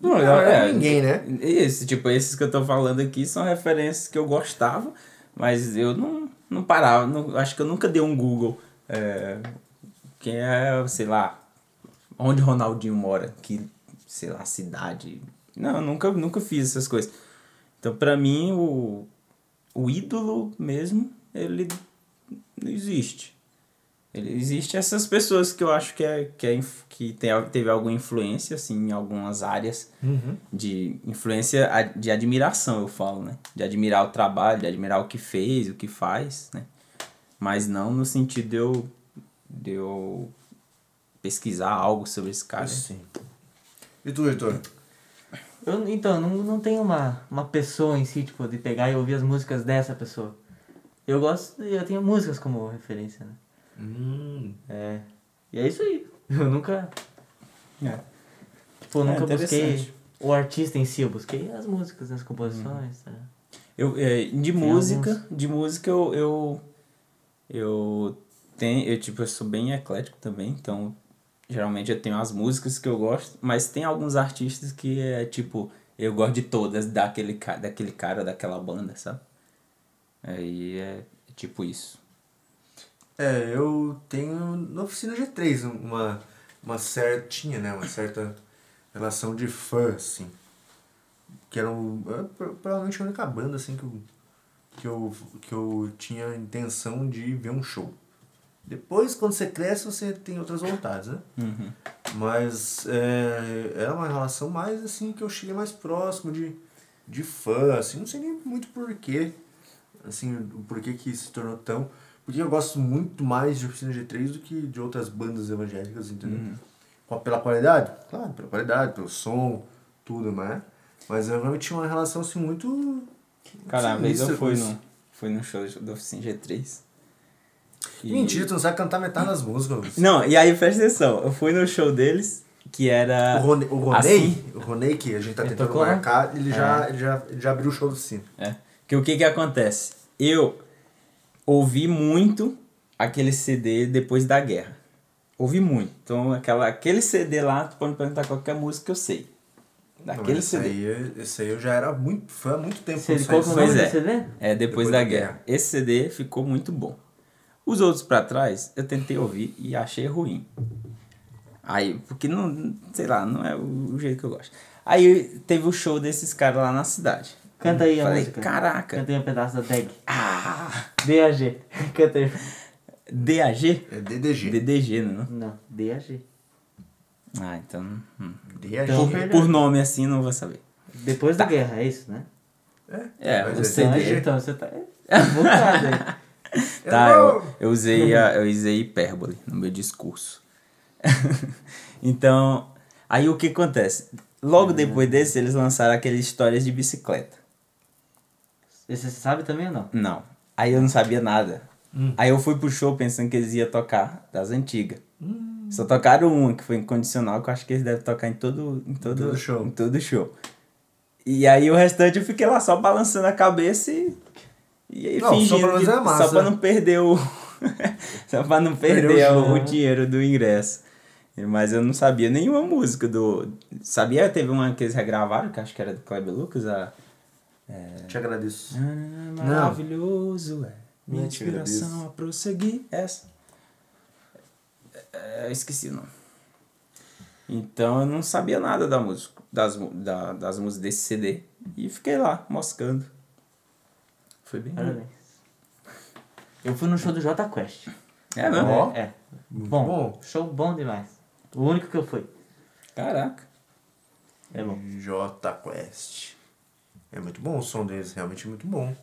B: Não, é,
A: Na
B: eu-
A: verdade, ninguém, né?
B: Isso, tipo, esses que eu tô falando aqui são referências que eu gostava, mas eu não, não parava. não- acho que eu nunca dei um Google. é, quem é, sei lá, onde Ronaldinho mora, que, sei lá, cidade. Não, eu nunca, nunca fiz essas coisas. Então, pra mim, o, o ídolo mesmo, ele não existe. Ele, existe essas pessoas que eu acho que, é, que, é, inf- que tem, a- teve alguma influência, assim, em algumas áreas
C: Uhum.
B: de influência a- de admiração, eu falo, né? De admirar o trabalho, de admirar o que fez, o que faz, né? Mas não no sentido de eu, de eu pesquisar algo sobre esse cara.
A: Sim. E tu, Heitor?
C: Eu, então, não, não tem uma, uma pessoa em si, tipo, de pegar e ouvir as músicas dessa pessoa. Eu gosto, eu tenho músicas como referência, né?
A: Hum.
C: É. E é isso aí. (laughs) Eu nunca,
B: É.
C: tipo, eu
B: É,
C: nunca busquei
B: interessante.
C: o artista em si, eu busquei as músicas, né, as composições, tá?
B: Eu, é, de música, de música eu eu eu tenho, eu tipo, eu sou bem eclético também, então geralmente eu tenho as músicas que eu gosto, mas tem alguns artistas que é tipo, eu gosto de todas daquele ca- daquele cara, daquela banda, sabe? Aí é, é tipo isso.
A: É, eu tenho na oficina G3 uma, uma certinha, né? Uma certa relação de fã, assim. Que era um, é, pro- provavelmente a única banda, assim, que eu, que, eu, que eu tinha a intenção de ver um show. Depois, quando você cresce, você tem outras vontades, né?
B: Uhum.
A: Mas é, era uma relação mais, assim, que eu cheguei mais próximo de, de fã, assim. Não sei nem muito porquê, assim, o porquê que se tornou tão... Porque eu gosto muito mais de Oficina G3 do que de outras bandas evangélicas, entendeu?
B: Uhum.
A: Com- Pela qualidade? Claro, pela qualidade, pelo som, tudo, né? Mas eu realmente tinha uma relação, assim, muito...
B: Cara, uma vez eu
A: sinistra com
B: fui
A: isso.
B: no fui no show do Oficina G3. E-
A: Mentira, tu não sabe cantar metade das músicas, Luiz.
B: Não, e aí presta atenção, eu fui no show deles que era
A: O Rone- o Roney,
B: assim.
A: o Roney, que a gente tá
C: Ah, Ele
A: tentando
C: tocou, né?
A: marcar, ele, já, ele, já, ele já abriu o show do sino.
B: É. Porque o que que acontece? Eu ouvi muito aquele CD depois da guerra. Ouvi muito. Então, aquela, aquele CD lá, tu pode me perguntar qualquer música que eu sei.
A: Não,
B: Daquele
A: esse
B: CD.
A: Aí, esse aí eu já era muito fã há muito tempo.
C: Você-
A: quando
C: qual
A: saiu.
C: que o nome
B: Pois é.
C: do CD?
B: É, depois, da, guerra. Esse CD ficou muito bom. Os outros pra trás, eu tentei ouvir e achei ruim. Aí, porque não, sei lá, não é o o jeito que eu gosto. Aí teve o show desses caras lá na cidade.
C: Canta aí a
B: Falei,
C: música.
B: caraca.
C: Canta aí um pedaço da tag. (laughs)
B: Ah!
C: DAG. Canta aí.
B: DAG?
A: É DDG.
B: DDG, né? não?
C: Não, DAG.
B: Ah, então. hum.
A: DDG.
C: Então-
A: né?
B: Por nome assim, não vou saber.
C: Depois da guerra, é isso, né?
B: É,
A: Mas
B: o
A: é
C: Ah,
A: Entendi.
B: CD.
C: então, você tá. É voltado aí.
B: Tá, eu,
A: não-
B: eu, usei a, eu usei hipérbole no meu discurso. (laughs) então, aí o que acontece? Logo depois desse, eles lançaram aqueles histórias de bicicleta.
C: Esse você sabe também ou não?
B: Não. Aí eu não sabia nada.
A: Hum.
B: Aí eu fui pro show pensando que eles iam tocar das antigas.
A: Hum.
B: Só tocaram uma, que foi incondicional, que eu acho que eles devem tocar em todo, em todo,
A: todo show.
B: Em todo show. E aí o restante eu fiquei lá só balançando a cabeça e. E aí
A: Não, só
B: fingindo.
A: pra
B: que-
A: não é massa.
B: só pra não perder o. (laughs) só pra não
A: Perdeu o
B: perder o,
A: show,
B: o
A: né?
B: dinheiro do ingresso. Mas eu não sabia nenhuma música do. Sabia? Teve uma que eles regravaram, que acho que era do Kleber Lucas, a.
A: Te agradeço.
B: Ah, Maravilhoso, é. Minha
A: Mentira,
B: inspiração
A: Deus.
B: a prosseguir. Essa. É, eu esqueci o nome. Então eu não sabia nada da música, das, mu- da, das músicas desse CD. E fiquei lá, moscando. Foi bem.
C: Parabéns. Eu fui no show do Jota Quest.
B: É, mesmo?
A: Ó.
C: É.
A: Muito
C: Bom,
A: bom.
C: Show bom demais. O único que eu fui.
B: Caraca.
C: É bom.
A: J Quest. É muito bom o som deles, realmente é muito bom.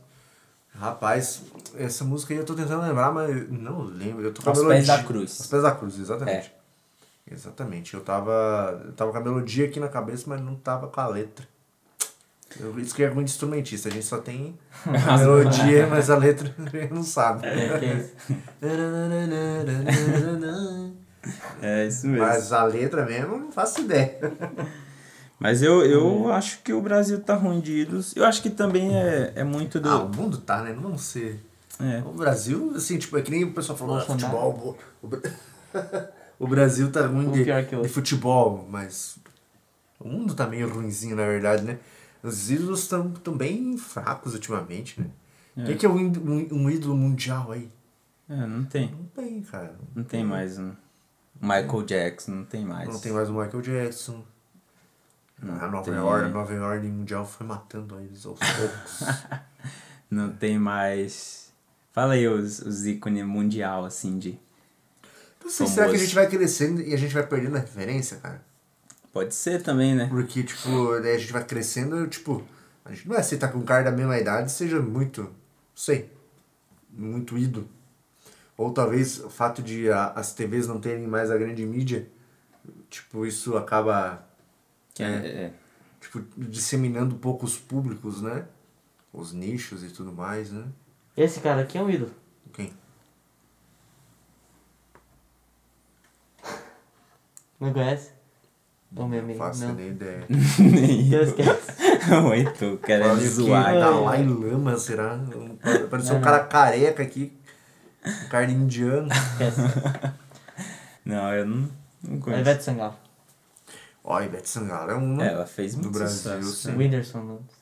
A: Rapaz, essa música aí eu tô tentando lembrar, mas não lembro. Eu tô com a
B: Aos Pés
A: melodia-
B: da Cruz.
A: Aos pés da cruz, exatamente. Exatamente. Eu tava. Eu tava com a melodia aqui na cabeça, mas não tava com a letra. Eu, isso que é ruim de instrumentista, a gente só tem a melodia, mas a letra (laughs) a gente não sabe.
C: É, que é isso.
B: É isso mesmo. Mas,
A: (laughs) Mas a letra mesmo, eu não faço ideia.
B: eu, eu acho que o Brasil tá ruim de ídolos. Eu acho que também é, é muito do.
A: Ah, o mundo tá, né? Não vamos ser.
B: é.
A: O Brasil, assim, tipo, é que nem o pessoal falou, ah,
C: Bolsonaro.
A: futebol. bo- O, Bra- (laughs) o Brasil tá ruim
C: Um
A: de,
C: pior que o
A: de
C: outro.
A: futebol, mas o mundo tá meio ruinzinho, na verdade, né? Os ídolos estão tão bem fracos ultimamente, né? Quem é que é um, ídolo- um, um ídolo mundial aí?
B: É, não tem.
A: Não tem, cara.
B: Não tem mais um. Michael Jackson, não tem mais.
A: Não tem mais o Michael Jackson. a Nova
B: tem.
A: York, Nova York mundial foi matando eles aos
C: (laughs)
A: poucos. Então,
B: Não tem mais. Fala aí os, os ícones mundial, assim, de.
A: Não sei,
B: Famoso.
A: assim, será que a gente vai crescendo e a gente vai perdendo a referência, cara?
B: Pode ser também, né?
A: Porque, tipo, daí a gente vai crescendo, tipo, a gente não vai aceitar que um cara da mesma idade seja muito, não sei, muito ido. Ou talvez o fato de a- as TVs não terem mais a grande mídia, tipo, isso acaba,
B: Que é- (laughs) é.
A: tipo, disseminando um pouco os públicos, né? Os nichos e tudo mais, né?
C: Esse cara aqui é um ídolo.
A: Quem?
C: Não conhece? Não, meu amigo.
A: faço
C: Não.
A: nem ideia.
B: Nem
C: Então
B: eu. (laughs)
C: esquece.
B: Oi, tu, cara,
A: Olha
B: me
A: que
B: É zoar. né?
C: Não.
B: cara.
A: Dalai Lama, será? Um- Pareceu um cara careca aqui, um cara indiano.
C: Esquece.
B: Não, eu não, não
C: É
B: conheço.
C: Ivete Sangalo.
A: Ó, Ivete Sangalo é um.
B: Ela fez
A: Do
B: muito
A: Brasil,
B: sucesso. né?
A: Sim.
C: Whindersson Nunes.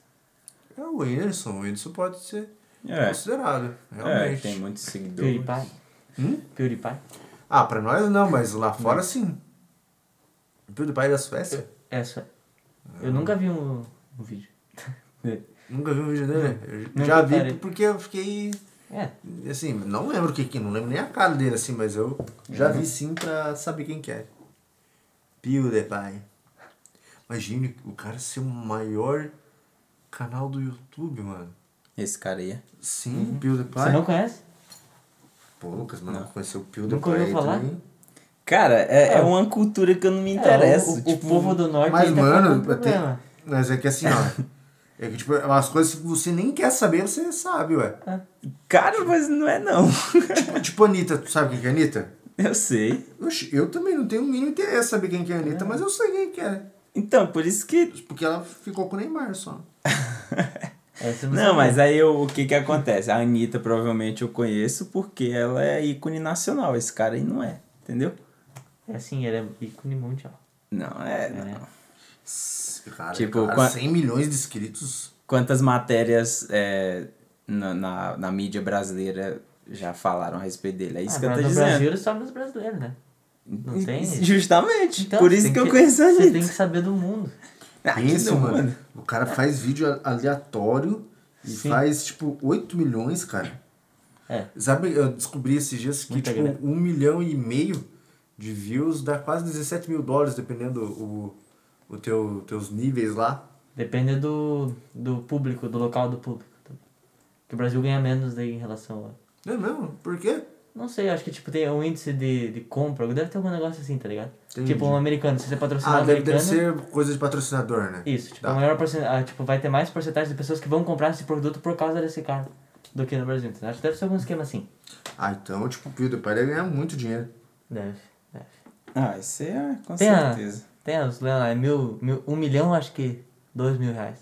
A: É o Whindersson, o Whindersson pode ser
B: É.
A: considerado,
B: É,
A: realmente.
B: tem muitos seguidores.
C: PewDiePie.
A: Hum?
C: PewDiePie.
A: Ah, pra nós não, mas lá fora sim. O PewDiePie da Suécia?
C: É. Essa.
B: Ah.
C: Eu nunca vi um, um vídeo. (laughs)
A: Nunca vi um vídeo dele? Eu
C: Nunca
A: já vi
C: parei.
A: porque eu fiquei.
C: É.
A: Assim, não lembro o que que, não lembro nem a cara dele assim, mas eu já vi sim pra saber quem que é. PewDiePie. Imagine o cara ser o maior canal do YouTube, mano.
B: Esse cara aí. é.
A: Sim, PewDiePie.
C: Você não conhece?
A: Pô, Lucas, mas não conheceu o PewDiePie
C: Nunca ouviu falar?
A: também.
B: Cara, é, é uma cultura que eu não me
C: Ah. É,
B: interesso.
C: o- o,
B: tipo,
C: povo do norte
A: Mas,
C: ainda
A: mano,
C: tem um problema.
A: tem- mas é que assim, ó. É que, tipo, umas coisas que você nem quer saber, você sabe, ué.
B: Cara, mas não é não. (laughs)
A: Tipo, tipo a Anitta, tu sabe quem que é a Anitta?
B: eu sei.
A: Oxi, eu também não tenho o mínimo interesse em saber quem que é a Anitta, mas eu sei quem que é.
B: Então, por isso que
A: Porque ela ficou com o Neymar só.
C: É, você
B: Não,
C: sabe.
B: mas aí eu- o que que acontece? A Anitta provavelmente eu conheço porque ela é ícone nacional. Esse cara aí não é, entendeu?
C: É assim, ele é ícone mundial.
B: Não, é. não.
A: Esse Cara,
B: Tipo,
A: cara,
B: qua-
A: 100 milhões de inscritos.
B: Quantas matérias é, na, na, na mídia brasileira já falaram a respeito dele? É isso
C: Ah,
B: que eu
C: mas
B: tô
C: no
B: dizendo.
C: Brasil ele sobe nos brasileiros, né? Não tem?
B: Justamente.
C: Então,
B: por
C: você
B: isso
C: tem
B: que, eu conheço a
C: Você tem que
B: Anitta.
C: saber do mundo.
B: Ah, que
A: Pensa,
B: não,
A: mano. O cara faz vídeo a- aleatório e
C: Sim.
A: faz, tipo, 8 milhões, cara.
C: É.
A: Sabe, eu descobri esses dias que,
C: Muita
A: tipo,
C: grana.
A: um milhão e meio de views dá quase 17 mil dólares, dependendo o, o teu, teus níveis lá.
C: Depende do, do público, do local do público. também. Que o Brasil ganha menos daí em relação a.
A: Não é mesmo? Por quê?
C: Não sei, acho que tipo tem um índice de, de compra, deve ter algum negócio assim, tá ligado?
A: Entendi.
C: Tipo um americano, se você patrocinar
A: Ah,
C: um
A: deve,
C: americano.
A: deve ser coisa de patrocinador, né?
C: Isso, tipo,
A: Tá.
C: a maior porcent... ah, tipo, vai ter mais porcentagem de pessoas que vão comprar esse produto por causa desse cara do que no Brasil. entendeu? Acho que deve ser algum esquema assim.
A: Ah, então, tipo, o PewDiePie deve ganhar muito dinheiro.
C: Deve, deve.
B: Ah, isso aí é com
C: Tem a-
B: certeza.
C: Tem os leões lá, é mil, mil, um milhão, acho que dois mil reais.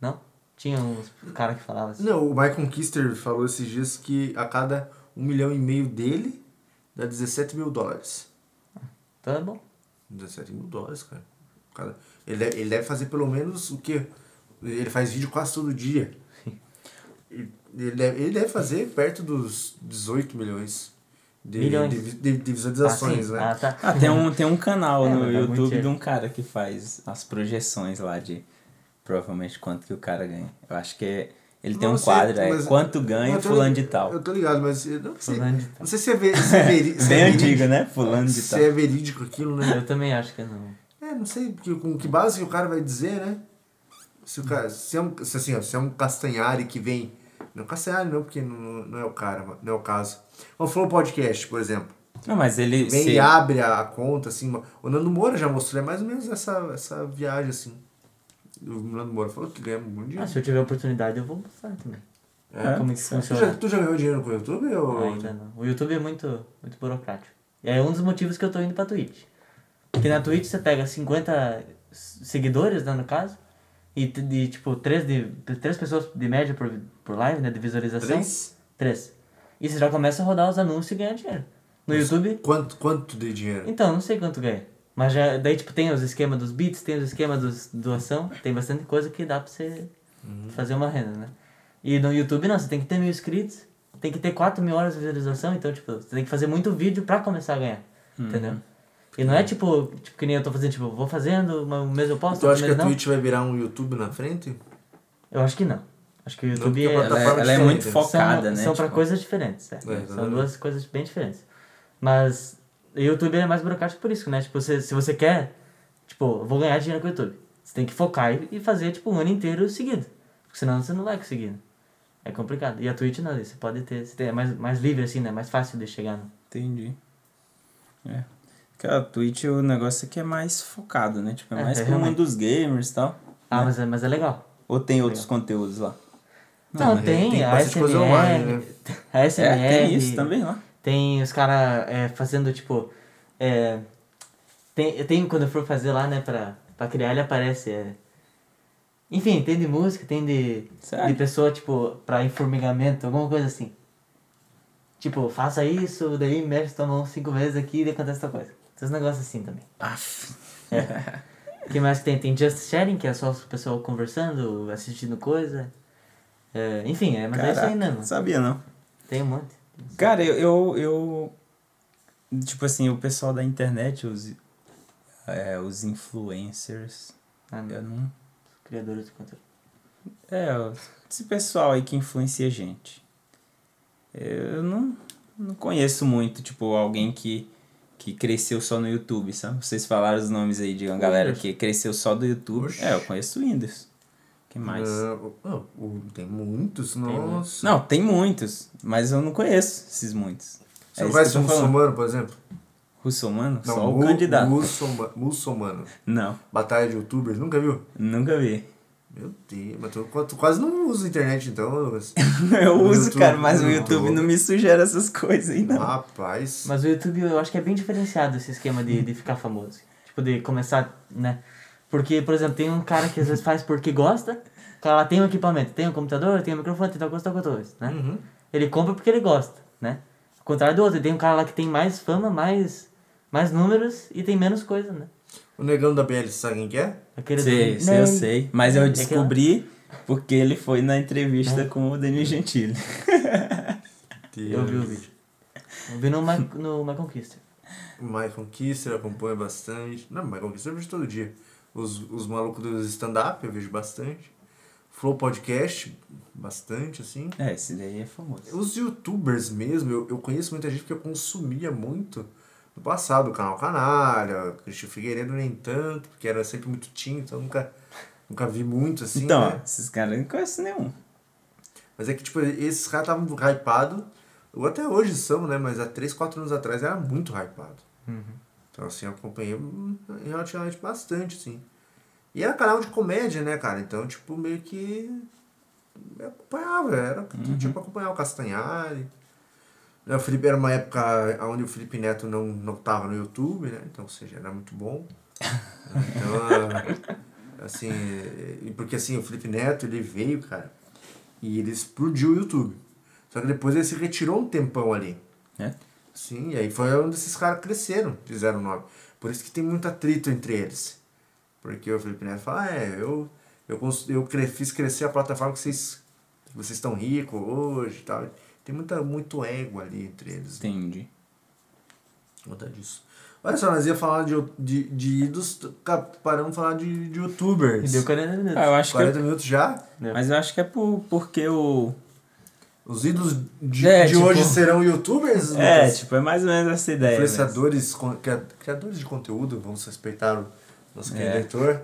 C: Não? Tinha uns cara que falava assim.
A: Não, o Michael Kister falou esses dias que a cada um milhão e meio dele dá 17 mil dólares.
C: Então é bom.
A: 17 mil dólares, cara. Cada- Ele, deve- ele deve fazer pelo menos o quê? Ele faz vídeo quase todo dia. E- Ele deve, ele deve fazer perto dos 18 milhões de,
C: Milhões.
A: de, vi- de- de
C: Ah,
A: visualizações,
C: sim.
A: né?
C: Ah, tá.
B: Ah, tem um, tem um canal
C: É,
B: no
C: mas dá muito
B: YouTube
C: dinheiro.
B: de um cara que faz as projeções lá de provavelmente quanto que o cara ganha. Eu acho que é, ele tem um
A: Não sei,
B: quadro, é
A: mas-
B: quanto ganha
A: eu tô
B: fulano
A: li-
B: de tal.
A: Eu tô ligado, mas eu não sei.
C: Fulano de tal.
A: Não sei se é, ver, se é,
B: (laughs)
A: veri, se
B: Bem
A: é
B: antigo,
A: verídico,
B: né? Fulano de tal.
A: se é verídico aquilo, né?
C: Eu também acho que não.
A: É, não sei porque, com que base que o cara vai dizer, né? Se o cara. Se é um, se, assim, ó, se é um Castanhari que vem. Não, é um Castanhari não, porque não, não é o cara, não é o caso. Mas falou podcast, por exemplo.
B: Não, mas ele.
A: Vem
B: se-
A: e abre a conta, assim. uma- O Nando Moura já mostrou, é mais ou menos essa, essa viagem, assim. O Nando Moura falou que ganha muito
C: Ah,
A: dinheiro.
C: se eu tiver oportunidade, eu vou mostrar também.
B: É?
C: Como é que
A: tu, já,
C: funciona?
A: tu já ganhou dinheiro com o YouTube? Ou...
C: Ainda não. O YouTube é muito, muito burocrático. E é um dos motivos que eu tô indo pra Twitch. Porque na Twitch você pega 50 s- seguidores, né, no caso, e, t- de, tipo, 3, de, três pessoas de média por, por live, né, de visualização.
A: Três?
C: Três. E você já começa a rodar os anúncios e ganhar dinheiro. No YouTube,
A: Quanto, quanto de dinheiro?
C: então, não sei quanto ganha. Mas já, daí, tipo, tem os esquemas dos bits, tem os esquemas dos doação, tem bastante coisa que dá pra você
A: Hum.
C: fazer uma renda, né? E no YouTube não, você tem que ter mil inscritos, tem que ter 4 mil horas de visualização, então, tipo, você tem que fazer muito vídeo pra começar a ganhar,
A: Uhum.
C: entendeu? E não é tipo, tipo, que nem eu tô fazendo, tipo, vou fazendo, uma- um mês eu posto,
A: Tu acha
C: outro
A: Então, que
C: mês
A: a
C: não.
A: Twitch vai virar um YouTube na frente?
C: Eu acho que não. Acho que o YouTube
A: porque a
C: é...
B: Ela, é-
A: plataforma
B: ela é
A: diferente,
B: muito
A: né?
B: focada,
C: são,
B: né?
C: São pra
B: tipo,
C: coisas diferentes, é. são
A: exatamente.
C: duas coisas bem diferentes. Mas o YouTube é mais burocrático por isso, né? Tipo, você, se você quer, tipo, eu vou ganhar dinheiro com o YouTube. Você tem que focar e- e fazer, tipo, um ano inteiro seguido. Porque senão você não vai conseguir. né? É complicado. E a Twitch não, você pode ter. Você tem, é mais, mais livre assim, né? Mais fácil de chegar no.
B: Entendi. É. Cara, Twitch o negócio aqui é mais focado, né? Tipo, é
C: É,
B: mais
C: é
B: pro mundo
C: realmente.
B: dos gamers e tal.
C: Ah, mas, é, mas é legal.
B: Ou tem outros conteúdos lá?
C: Não,
A: mas
C: tem,
A: tem
C: a
A: bastante
C: SMR.
A: coisa online, né?
C: A SMR.
B: é, tem isso também lá.
C: Tem os caras fazendo, tipo. É, tem, tem quando eu for fazer lá, né, pra, pra criar, ele aparece. é. Enfim, tem de música, tem de,
B: Sério?
C: de pessoa, tipo, pra informigamento, alguma coisa assim. Tipo, faça isso, daí mexe tua mão cinco vezes aqui e acontece tal coisa. Esses negócios assim também.
B: Aff.
C: O que mais que tem? Tem Just Sharing, que é só o pessoal conversando, assistindo coisa. É, enfim, é, mas é isso aí, né,
B: Caraca, (laughs)
C: mano?
B: sabia não.
C: Tem um monte.
B: Cara, eu, eu, eu- Tipo assim, o pessoal da internet, os. é, os influencers.
C: Ah,
B: Eu
C: não.
B: não.
C: Criadores de conteúdo.
B: É, esse pessoal aí que influencia a gente. Eu não, não conheço muito, tipo, alguém que, que cresceu só no YouTube, sabe? Vocês falaram os nomes aí de uma galera que cresceu só do YouTube.
A: Oxi.
B: É, eu conheço o Windows. que mais?
A: Não, Ah, não, o- tem muitos, nossa.
B: Não, tem muitos, mas eu não conheço esses muitos.
A: Você
B: é
A: não
B: isso
A: conhece
B: que
A: um
B: eu tô falando.
A: muçulmano, por exemplo?
B: Russomano?
A: Não,
B: Só o
A: mu-
B: candidato.
A: muçulma- Muçulmano.
B: Não,
A: Batalha de youtubers, nunca viu?
B: nunca vi. (laughs)
A: Meu Deus, mas tu, tu quase não usa internet então, Lucas.
B: Eu
A: No
B: uso,
A: YouTube,
B: cara, mas o
A: no
B: YouTube Ah,
A: YouTube.
B: não me sugere essas (laughs) coisas aí, (laughs) não.
A: Rapaz.
C: Mas o YouTube eu acho que é bem diferenciado esse esquema de, de ficar famoso. Tipo, de começar, né? Porque, por exemplo, tem um cara que às vezes faz porque gosta. O cara lá tem o equipamento, tem o computador, tem o microfone, tem tal coisa, tal coisa, tal coisa, né?
A: Uhum.
C: Ele compra porque ele gosta, né? Ao contrário do outro, tem um cara lá que tem mais fama, mais, mais números e tem menos coisa, né?
A: O negão da BL, sabe quem que é?
C: Aquele
B: Sei,
C: do-
B: sei,
C: Né?
B: eu sei. Mas eu É.
C: É
B: descobri porque ele foi na entrevista com o Danilo Gentili.
C: Eu vi o vídeo. Eu vi no, Ma no My Conquista.
A: O Michael Kisser acompanha bastante. Não, o Michael Kisser eu vejo todo dia. Os, os malucos do stand-up eu vejo bastante. Flow Podcast, bastante, assim.
B: É, esse daí é famoso.
A: Os youtubers mesmo, eu, eu conheço muita gente que eu consumia muito no passado. O canal Canalha, Cristian Figueiredo nem tanto, porque era sempre muito teen, então nunca, Nunca vi muito assim.
B: então,
A: né?
B: esses caras eu não conhecem nenhum.
A: Mas é que, tipo, esses caras estavam hypados. Ou até hoje são, né? Mas há 3, 4 anos atrás era muito hypado. Então, assim, eu acompanhei hum, relativamente bastante, assim. E era canal de comédia, né, cara? Então, tipo, meio que. eu acompanhava, era tipo acompanhar o Castanhari. Né, O Felipe era uma época onde o Felipe Neto não, não tava no YouTube, né? Então, ou seja, era muito bom. Então, ah, assim, e porque assim, o Felipe Neto, ele veio, cara, e ele explodiu o YouTube. Só que depois ele se retirou um tempão ali.
B: né?
A: Sim, e aí foi onde esses caras cresceram, fizeram o nome. Por isso que tem muito atrito entre eles. Porque o Felipe Neto fala, ah, é, eu, eu, cons- eu cre- fiz crescer a plataforma que vocês que vocês estão ricos hoje e tal. Tem muita, muito ego ali entre eles. né?
B: Entendi.
A: Conta disso. Olha só, nós ia falar de, de, de idos, t- ca- paramos de falar de, de youtubers.
C: E deu 40 minutos.
B: Ah, eu acho que
A: 40 minutos já?
B: é- mas eu acho que é por, porque o.
A: Os ídolos de,
B: É,
A: de
B: tipo-
A: hoje serão youtubers?
B: É,
A: Lucas?
B: tipo, é mais ou menos essa ideia. né?
A: Influenciadores, con- cria- criadores de conteúdo, vamos respeitar o nosso querido
B: É.
A: leitor.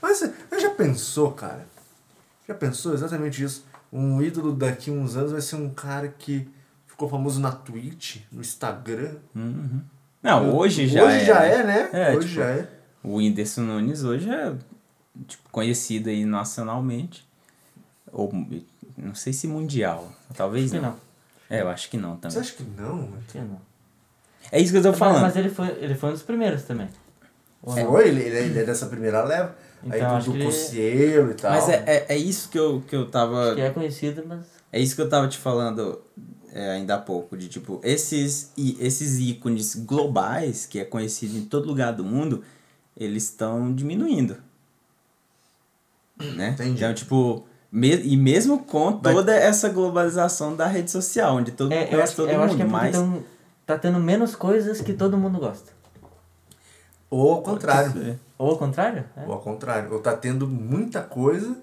A: Mas você mas já pensou, cara? Já pensou exatamente isso? Um ídolo daqui a uns anos vai ser um cara que ficou famoso na Twitch, no Instagram.
B: Uhum. Não, hoje já
A: Hoje
B: é.
A: já é, né?
B: É,
A: hoje
B: tipo,
A: já é.
B: O Whindersson Nunes hoje é tipo, conhecido aí nacionalmente. Ou não sei se mundial. Talvez
C: Acho que
B: não.
C: não.
B: É, eu acho que não
A: Você
B: também.
A: acha que não?
C: Acho que não.
B: É isso que eu tô falando.
C: Mas ele foi, ele foi um dos primeiros também. Ou não?
A: Foi, ele, ele, é- ele é dessa primeira leva. Aí
C: Então,
A: do-
C: acho
A: do
C: que ele-
A: Conselheiro e tal.
B: Mas é, é, é isso que eu, que eu tava.
C: Que é conhecido, mas.
B: É isso que eu tava te falando é, ainda há pouco, de tipo, esses, i- esses ícones globais, que é conhecido em todo lugar do mundo, eles estão diminuindo. Né?
A: Entendi.
B: Então, tipo, me- e mesmo com
A: Vai-
B: toda essa globalização da rede social, onde todo mundo
C: É, eu
B: conhece
C: acho,
B: todo
C: eu acho
B: mundo,
C: que é porque
B: mas.
C: tão- tá tendo menos coisas que todo mundo gosta.
A: Ou ao contrário.
B: É.
C: Ou ao contrário? É.
A: Ou ao contrário. Ou tá tendo muita coisa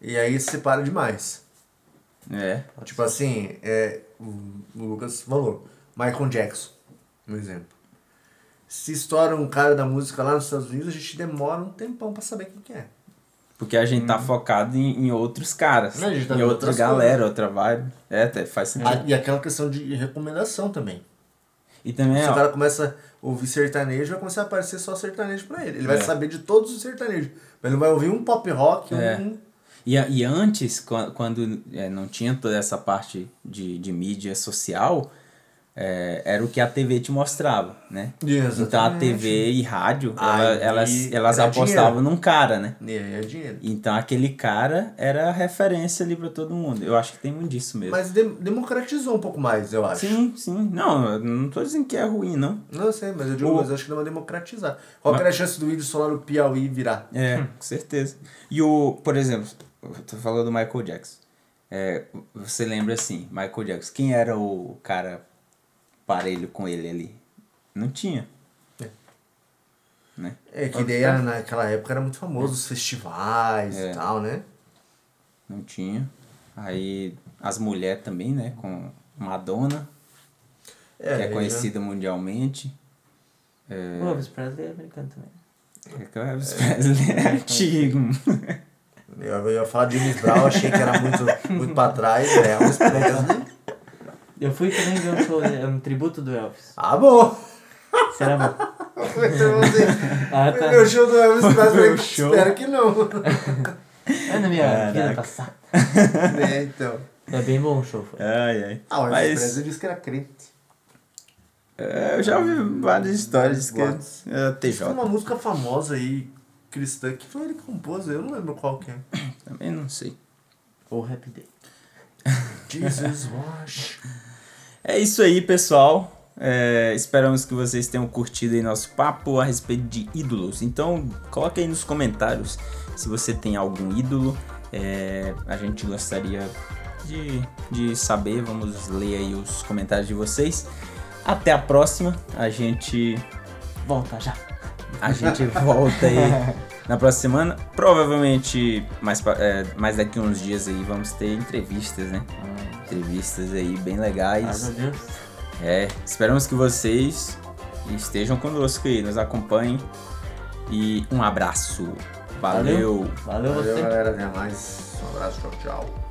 A: e aí se separa demais.
B: (laughs) É.
A: Tipo assim, é, o o Lucas falou, Michael Jackson, um exemplo. Se estoura um cara da música lá nos Estados Unidos, a gente demora um tempão pra saber quem que é.
B: Porque a gente
C: Hum.
B: tá focado em, em outros caras.
A: Não, a gente tá
B: em
A: em
B: outra
A: outras
B: galera, outra vibe. É, até faz sentido.
A: Ah, E aquela questão de recomendação também.
B: E também,
C: tá
A: Se o
B: É, ó,
A: cara começa a ouvir sertanejo, vai começar a aparecer só sertanejo pra ele. Ele vai
B: É.
A: saber de todos os sertanejos. Mas não vai ouvir um pop rock,
B: É.
A: um.
B: E, a- e antes, qua- quando é, não tinha toda essa parte de, de mídia social, é, era o que a TV te mostrava, né? Então a
A: Exatamente.
B: TV e rádio,
A: Aí
B: ela- elas, elas
A: era
B: apostavam
A: dinheiro.
B: num cara, né?
A: E aí é dinheiro.
B: Então aquele cara era a referência ali pra todo mundo. Eu acho que tem muito disso mesmo.
A: Mas de- democratizou um pouco mais, eu acho.
B: Sim, sim. Não, eu não tô dizendo que é ruim, não.
A: Não sei, mas eu digo,
B: O-
A: mas eu acho que dá uma democratizada. Qual que era a chance do vídeo solar do Piauí virar?
B: É, com certeza. E o, por exemplo, eu tô falando do Michael Jackson. É, você lembra assim, Michael Jackson, quem era o cara parelho com ele ali? Não tinha.
A: É.
B: Né?
A: É que daí era- naquela época era muito famoso, os festivais
B: É.
A: e tal, né?
B: Não tinha. Aí as mulheres também, né? Com Madonna, que é
A: aí
B: conhecida mundialmente. É,
C: O Elvis Presley é americano também.
B: é que o Elvis Presley é antigo.
A: já- Eu, eu ia falar de James Brown, achei que era muito, muito pra trás, né? Elvis Presley.
C: Eu fui também ver um show, é um tributo do Elvis.
A: Ah, bom!
C: Será bom?
A: ah,
C: Ah, tá.
A: Meu show do Elvis
B: Foi
A: Presley,
B: o show.
A: espero que não. (laughs)
C: É na minha
B: Caraca.
C: vida passada.
A: né, então.
C: É bem bom o show. Foi.
B: Ai, ai.
A: Ah, o Elvis
B: Mas
A: Presley disse que era crente.
B: é, eu já ouvi várias histórias que
A: Boatos.
B: é,
A: Tem
B: TJ.
A: uma música famosa aí, cristã, que foi ele que compôs, eu não lembro qual
B: (laughs)
A: que é.
B: Também não sei.
C: Ou Happy Day.
A: Jesus Wash.
B: É isso aí, pessoal. É, esperamos que vocês tenham curtido aí nosso papo a respeito de ídolos. Então, coloque aí nos comentários se você tem algum ídolo. É, a gente gostaria de, de saber. Vamos ler aí os comentários de vocês. Até a próxima. A gente,
C: Volta já.
B: a
C: (laughs)
B: gente volta aí na próxima semana. Provavelmente, mais, pa- é, mais daqui a uns dias aí, vamos ter entrevistas, né? Entrevistas aí bem legais.
C: Graças a Deus.
B: É, esperamos que vocês estejam conosco aí, nos acompanhem. E um abraço.
C: É
B: Valeu.
C: Valeu, você.
A: Valeu, galera. Até mais. Um abraço. Tchau, tchau.